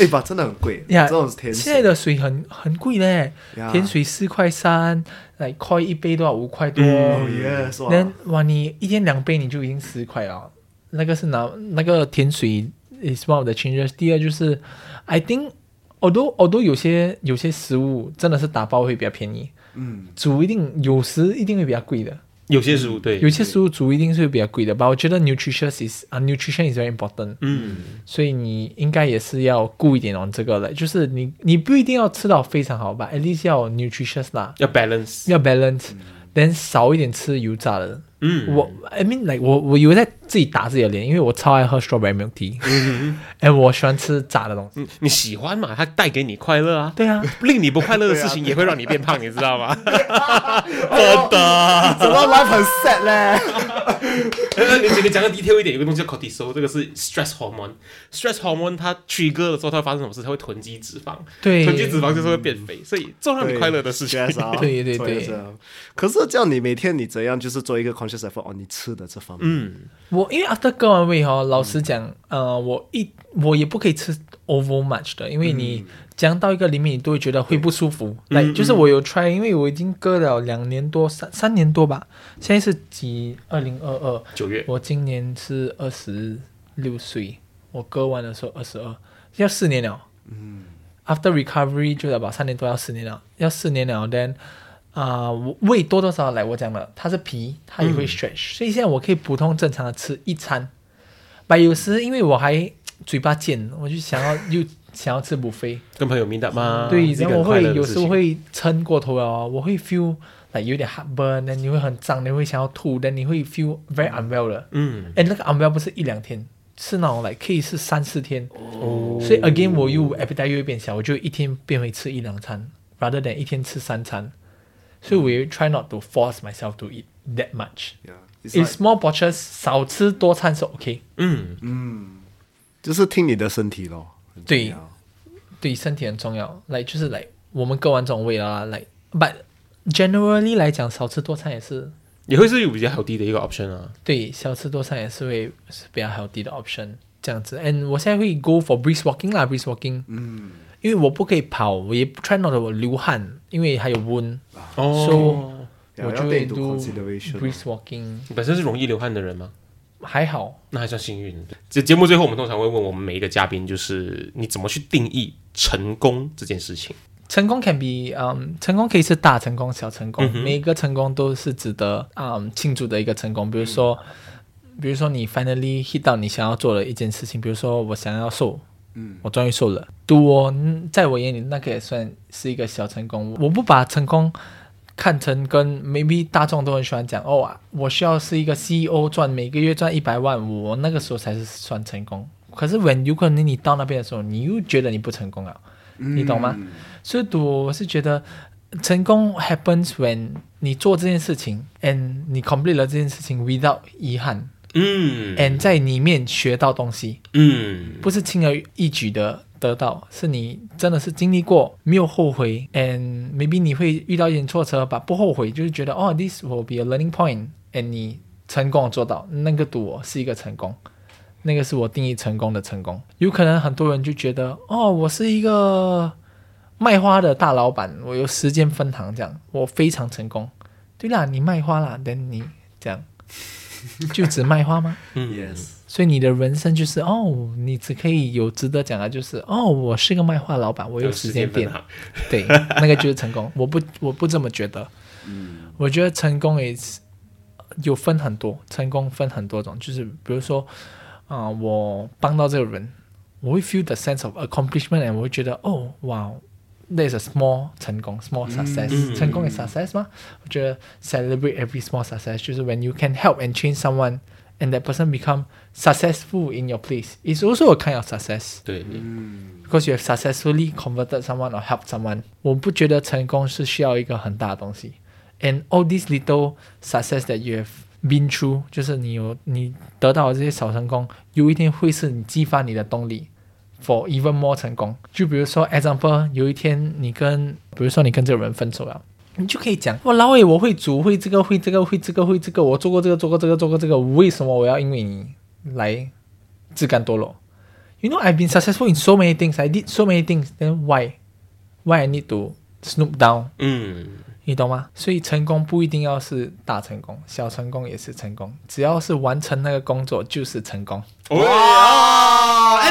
[SPEAKER 3] 哎吧，真的很贵，
[SPEAKER 1] 呀
[SPEAKER 3] 这种甜
[SPEAKER 1] 现在
[SPEAKER 3] 水，
[SPEAKER 1] 的水很很贵嘞
[SPEAKER 3] Yeah
[SPEAKER 1] 甜水四块三，来快一杯都要五块多。嗯
[SPEAKER 3] 哦耶，是吧？
[SPEAKER 1] 那哇，你一天两杯你就已经十块了，那个是拿那个甜水 is one of the changes。第二就是 I think although although 有些有些食物真的是打包会比较便宜，嗯，煮一定有时一定会比较贵的，
[SPEAKER 2] 有些食物对
[SPEAKER 1] 有，些食物煮一定是会比较贵的。吧，我觉得 nutritious is 啊、nutrition is very important，
[SPEAKER 2] 嗯，
[SPEAKER 1] 所以你应该也是要顾一点哦，这个了，就是你你不一定要吃到非常好吧，at least 要 nutritious 啦，
[SPEAKER 2] 要 balance，
[SPEAKER 1] 要 balance，能、少一点吃油炸的。
[SPEAKER 2] 嗯，
[SPEAKER 1] 我 I mean like 我我以为在自己打自己的脸，因为我超爱喝 strawberry milk tea，哎、
[SPEAKER 2] 嗯
[SPEAKER 1] 我喜欢吃炸的东西。
[SPEAKER 2] 你喜欢嘛？它带给你快乐啊，
[SPEAKER 1] 对啊，啊
[SPEAKER 2] 令你不快乐的事情也会让你变胖，你知 道吗？真的，
[SPEAKER 3] 怎么 life 很 sad 嘞？
[SPEAKER 2] 呃你你讲的 detail 一点，有个东西叫 cortisol，这个是 stress hormone。stress hormone 它 trigger 的时候，它会发生什么事？它会囤积脂肪，
[SPEAKER 1] 对
[SPEAKER 2] 囤积脂肪就是会变肥，所以做让你快乐的事情。
[SPEAKER 3] stress 啊，
[SPEAKER 1] 对对对
[SPEAKER 3] stress 啊。可是这样你每天你哦怎样就是做一个 conscious effort on 你吃的这方面？嗯，
[SPEAKER 1] 我因为 after 割完胃哈，老实讲啊、呃，我一我也不可以吃 over much 的，因为
[SPEAKER 2] 嗯
[SPEAKER 1] 你讲到一个 limit，你都会觉得会不舒服。来、就是我有 try，因为我已经割了两年多三三年多吧，现在是几二零二二
[SPEAKER 2] 九月
[SPEAKER 1] 我今年是二十六岁，我割完的时候二十二，要四年了。嗯，after recovery 就要把三年多要四年了，要四年了。then 啊、我胃多多少少来我讲了，它是皮，它也会 stretch，、所以现在我可以普通正常的吃一餐。但有时因为我还嘴巴贱，我就想要又想要吃补飞，
[SPEAKER 2] 跟朋友 meet up 嘛，
[SPEAKER 1] 对，
[SPEAKER 2] 这
[SPEAKER 1] 然
[SPEAKER 2] 啊个
[SPEAKER 1] 后我
[SPEAKER 2] 很快
[SPEAKER 1] 会
[SPEAKER 2] 乐的
[SPEAKER 1] 有
[SPEAKER 2] 事
[SPEAKER 1] 时候
[SPEAKER 2] 情。
[SPEAKER 1] 会撑过头了哦，我会 feel like 有点 heartburn，then 你会很胀，你会想要吐，then 你会 feel very unwell 了。
[SPEAKER 2] 嗯，
[SPEAKER 1] 哎，那个 unwell 不是一两天，是那种 like 可以是三四天。哦。所以 again 我又 appetite 又会变小，我就一天变回吃一两餐，rather than 一天吃三餐。所以我也 try not to force myself to eat that much.
[SPEAKER 3] It's
[SPEAKER 1] In
[SPEAKER 3] like-
[SPEAKER 1] small portions，少吃多餐是 OK，
[SPEAKER 3] 就是听你的身体咯。很重
[SPEAKER 1] 对
[SPEAKER 3] 要
[SPEAKER 1] 对身体很重要。来、就是来、我们割完这种胃啦，来、but generally 来讲，少吃多餐也是
[SPEAKER 2] 也会是有比较好低的一个 option 啊。
[SPEAKER 1] 对，少吃多餐也是会是比较 healthy 的 option 这样子。And 我现在会 go for brisk walking 啦，brisk walking，嗯，因为我不可以跑，我也 try not 我流汗，因为还有 wound，、
[SPEAKER 2] 哦，
[SPEAKER 1] so 我
[SPEAKER 3] 要
[SPEAKER 1] 就
[SPEAKER 3] 要
[SPEAKER 1] 会
[SPEAKER 3] take into
[SPEAKER 1] do
[SPEAKER 3] consideration
[SPEAKER 1] brisk walking，
[SPEAKER 2] 你本身是容易流汗的人吗？
[SPEAKER 1] 还好。
[SPEAKER 2] 那还算幸运。节节目最后，我们通常会问我们每一个嘉宾，就是你怎么去定义成功这件事情？
[SPEAKER 1] 成功 can be，嗯，成功可以是大成功、小成
[SPEAKER 3] 嗯
[SPEAKER 1] 功，每一个成功都是值得嗯庆祝的一个成功。比如说，
[SPEAKER 3] 嗯
[SPEAKER 1] 比如说你 finally hit 到你想要做的一件事情，比如说我想要瘦，嗯，我终于瘦了。对我，嗯在我眼里那个也算是一个小成功。我不把成功看成跟 maybe 大众都很喜欢讲哦啊，我需要是一个 CEO 赚每个月赚一百万，我那个时候才是算成功。可是 when 有可能你到那边的时候，你又觉得你不成功了，你懂吗？所以我是觉得成功 happens when 你做这件事情，and 你 complete 了这件事情 without 遗憾、
[SPEAKER 2] 嗯
[SPEAKER 1] a n d 在里面学到东西，
[SPEAKER 2] 嗯
[SPEAKER 1] 不是轻而易举的得到，是你真的是经历过，没有后悔，and maybe 你会遇到一点挫折吧，不后悔，就是觉得哦，this will be a learning point，and 你成功地做到，那个对我是一个成功。那个是我定义成功的成功。有可能很多人就觉得，哦，我是一个卖花的大老板，我有十间分行这样，我非常成功。对啦，你卖花啦，等你这样，就只卖花吗？
[SPEAKER 2] 嗯
[SPEAKER 3] Yes，
[SPEAKER 1] 所以你的人生就是哦，你只可以有值得讲的，就是哦，我是个卖花老板，我有时间店
[SPEAKER 2] 有时间分行，
[SPEAKER 1] 对，那个就是成功。我不，我不这么觉得。
[SPEAKER 2] 嗯
[SPEAKER 1] 我觉得成功也是有分很多，成功分很多种，就是比如说，啊、我帮到这个人，我会 feel the sense of accomplishment，and 我会觉得哦，哇。There's a small 成功，small success，、成功也 success 吗？我觉得 celebrate every small success 就是 when you can help and change someone and that person become successful in your place. It's also a kind of success
[SPEAKER 2] 对，
[SPEAKER 1] because you have successfully converted someone or helped someone. 我不觉得成功是需要一个很大的东西，and all these little success that you have been through，就是你有你得到的这些小成功，有一天会是你激发你的动力。for even more 成功。就比如说，example，有一天你跟，比如说你跟这个人分手了。你就可以讲，我哦老伟，我会煮，会这个，会这个，会这个，会这个，我做过这个，做过这个，做过这个，为什么我要因为你来自甘堕落？You know, I've been successful in so many things. I did so many things. Then why, why I need to snoop down?
[SPEAKER 2] 嗯
[SPEAKER 1] 你懂吗？所以成功不一定要是大成功，小成功也是成功，只要是完成那个工作就是成功。
[SPEAKER 2] 哦哇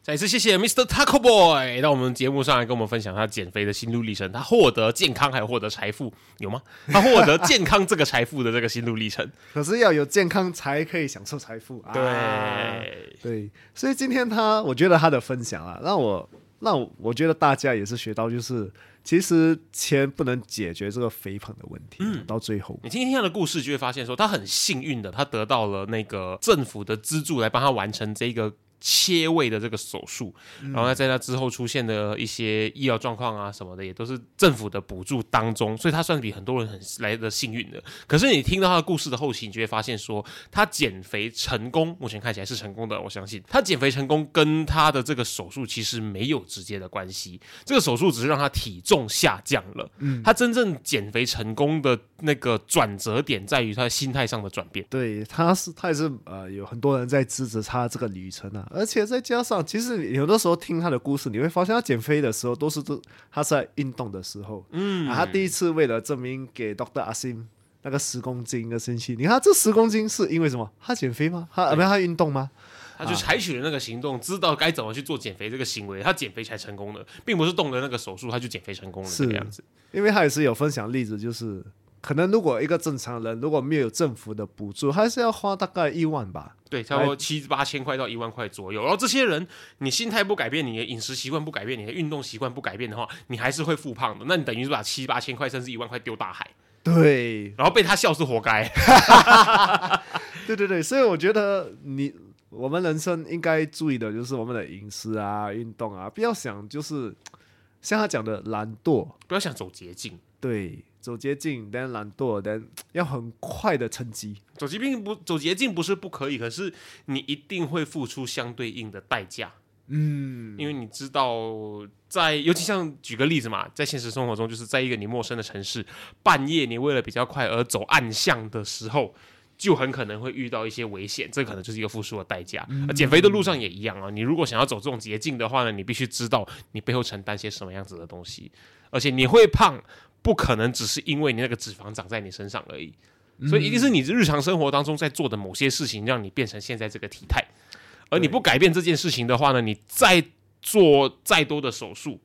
[SPEAKER 2] 再一次谢谢 Mr. Taco Boy 到我们节目上来跟我们分享他减肥的心路历程，他获得健康还有获得财富，有吗？他获得健康这个财富的这个心路历程。
[SPEAKER 3] 可是要有健康才可以享受财富啊！
[SPEAKER 2] 对，哎
[SPEAKER 3] 对，所以今天他，我觉得他的分享啊，让我让我我觉得大家也是学到，就是其实钱不能解决这个肥胖的问题，啊到最后
[SPEAKER 2] 你听听他的故事，就会发现说他很幸运的，他得到了那个政府的资助来帮他完成这个切胃的这个手术，然后在那之后出现的一些医疗状况啊什么的，也都是政府的补助当中，所以他算比很多人很来的幸运的。可是你听到他的故事的后期，你就会发现说他减肥成功，目前看起来是成功的，我相信他减肥成功跟他的这个手术其实没有直接的关系，这个手术只是让他体重下降了，他真正减肥成功的那个转折点在于他心态上的转变。
[SPEAKER 3] 对，他是他也是呃，有很多人在支持他这个旅程啊，而且再加上，其实你有的时候听他的故事，你会发现他减肥的时候都是都他是在运动的时候，嗯、啊，他第一次为了证明给 Doctor 阿 Sim 那个十公斤的生气，你看他这十公斤是因为什么？他减肥吗？他呃没有他运动吗？
[SPEAKER 2] 他就采取了那个行动，知道该怎么去做减肥这个行为，他减肥才成功的，并不是动了那个手术他就减肥成功了
[SPEAKER 3] 是
[SPEAKER 2] 这个样子。
[SPEAKER 3] 因为他也是有分享例子，就是可能如果一个正常人如果没有政府的补助，他是要花大概一万吧，
[SPEAKER 2] 对，差不多七八千块到一万块左右。然后这些人，你心态不改变，你的饮食习惯不改变，你的运动习惯不改变的话，你还是会复胖的。那你等于是把七八千块甚至一万块丢大海，
[SPEAKER 3] 对，
[SPEAKER 2] 然后被他笑是活该。
[SPEAKER 3] 对对对，所以我觉得你我们人生应该注意的就是我们的饮食啊、运动啊，不要想就是像他讲的懒惰，
[SPEAKER 2] 不要想走捷径，
[SPEAKER 3] 对，走捷径，但懒惰，但要很快的成绩，
[SPEAKER 2] 走捷径不走捷径不是不可以，可是你一定会付出相对应的代价。
[SPEAKER 3] 嗯，
[SPEAKER 2] 因为你知道在，尤其像举个例子嘛，在现实生活中，就是在一个你陌生的城市，半夜你为了比较快而走暗巷的时候，就很可能会遇到一些危险，这可能就是一个付出的代价。而减肥的路上也一样啊，你如果想要走这种捷径的话呢，你必须知道你背后承担些什么样子的东西，而且你会胖，不可能只是因为你那个脂肪长在你身上而已。所以一定
[SPEAKER 3] 嗯
[SPEAKER 2] 是你日常生活当中在做的某些事情，让你变成现在这个体态。而你不改变这件事情的话呢，你再做再多的手术，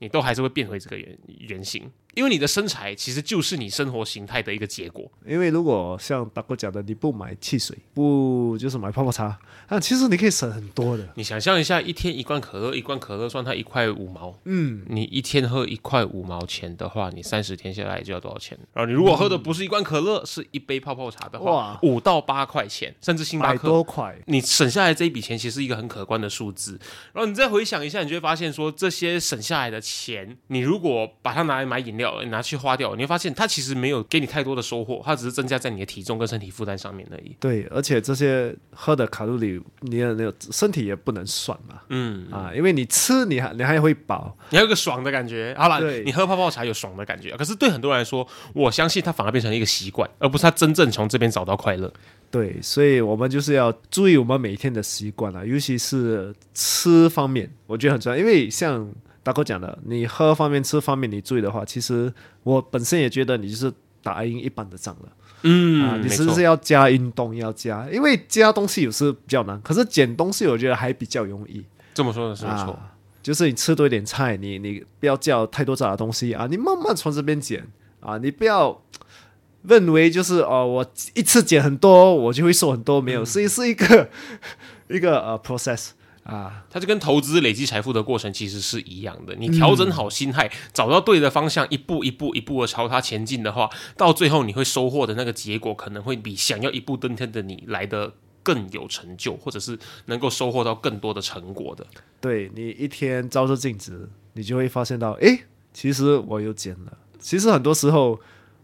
[SPEAKER 2] 你都还是会变回这个原原型，因为你的身材其实就是你生活形态的一个结果。
[SPEAKER 3] 因为如果像达哥讲的，你不买汽水，不就是买泡泡茶，那其实你可以省很多的，
[SPEAKER 2] 你想象一下，一天一罐可乐，一罐可乐算它一块五毛，
[SPEAKER 3] 嗯，
[SPEAKER 2] 你一天喝一块五毛钱的话，你三十天下来就要多少钱？然后你如果喝的不是一罐可乐，是一杯泡泡茶的话
[SPEAKER 3] 嗯哇，
[SPEAKER 2] 五到八块钱，甚至星巴
[SPEAKER 3] 百
[SPEAKER 2] 克
[SPEAKER 3] 多块，
[SPEAKER 2] 你省下来这一笔钱，其实是一个很可观的数字。然后你再回想一下，你就会发现说，这些省下来的钱，你如果把它拿来买饮料，拿去花掉，你会发现它其实没有给你太多的收获，它只是增加在你的体重跟身体负担上面而已。
[SPEAKER 3] 对，而且这些喝的卡路里，你的那个身体也不能算嘛，
[SPEAKER 2] 嗯，
[SPEAKER 3] 啊，因为你吃你还你还会饱，
[SPEAKER 2] 你还有个爽的感觉。好了，
[SPEAKER 3] 对
[SPEAKER 2] 你喝泡泡茶有爽的感觉，啊可是对很多人来说，我相信它反而变成了一个习惯，而不是他真正从这边找到快乐。
[SPEAKER 3] 对，所以我们就是要注意我们每天的习惯了，尤其是吃方面，我觉得很重要。因为像大哥讲的，你喝方面、吃方面你注意的话，其实我本身也觉得你就是打赢一半的仗了、啊！
[SPEAKER 2] 嗯，没
[SPEAKER 3] 你只是
[SPEAKER 2] 错。
[SPEAKER 3] 要加运动，要加，因为加东西有时比较难，可是减东西我觉得还比较容易。
[SPEAKER 2] 这么说的是没错。
[SPEAKER 3] 啊就是你吃多一点菜，你你不要叫太多炸的东西啊，你慢慢从这边减啊，你不要认为就是哦，我一次减很多，我就会瘦很多，没有，是是一个 一个呃 process 啊，
[SPEAKER 2] 它就跟投资累积财富的过程其实是一样的。你调整好心态，找到对的方向，一步一步一步的朝它前进的话，到最后你会收获的那个结果，可能会比想要一步登天的你来的更有成就，或者是能够收获到更多的成果的。
[SPEAKER 3] 对你一天照着镜子，你就会发现到，诶，其实我又减了。其实很多时候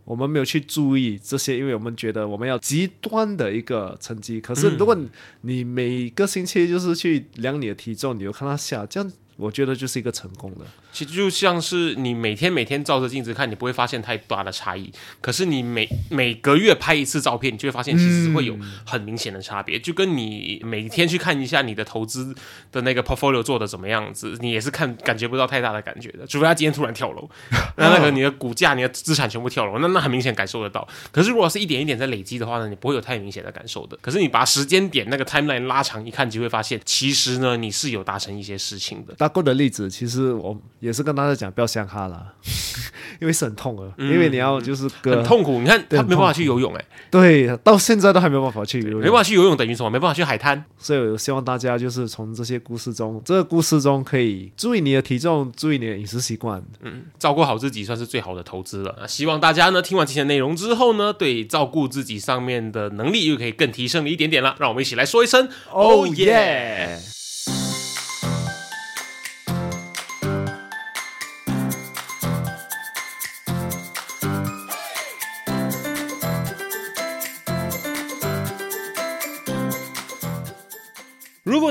[SPEAKER 3] 我们没有去注意这些，因为我们觉得我们要极端的一个成
[SPEAKER 2] 嗯
[SPEAKER 3] 绩。可是如果你每个星期就是去量你的体重，你又看它下，这样我觉得就是一个成功的。
[SPEAKER 2] 其实就像是你每天每天照着镜子看，你不会发现太大的差异。可是你每每个月拍一次照片，你就会发现其实是会有很明显的差别。就跟你每天去看一下你的投资的那个 portfolio 做的怎么样子，你也是看感觉不到太大的感觉的。除非他今天突然跳楼， 那那个你的股价、你的资产全部跳楼，那那很明显感受得到。可是如果是一点一点在累积的话呢，你不会有太明显的感受的。可是你把时间点那个 timeline 拉长一看，就会发现其实呢你是有达成一些事情的。
[SPEAKER 3] 大过的例子，其实我也是跟大家讲，不要想哈啦， 因为是很痛啊，因为你要就是割
[SPEAKER 2] 嗯很，痛苦，你看
[SPEAKER 3] 对
[SPEAKER 2] 他
[SPEAKER 3] 很
[SPEAKER 2] 没办法去游泳、欸，
[SPEAKER 3] 对，到现在都还没有办法去游泳，
[SPEAKER 2] 没办法去游泳等于什么？没办法去海滩。
[SPEAKER 3] 所以我希望大家就是从这些故事中，这个故事中可以注意你的体重，注意你的饮食习惯。
[SPEAKER 2] 照顾好自己算是最好的投资了。那啊希望大家呢听完今天的内容之后呢，对照顾自己上面的能力又可以更提升了一点点了。让我们一起来说一声
[SPEAKER 3] Oh
[SPEAKER 2] yeah！如果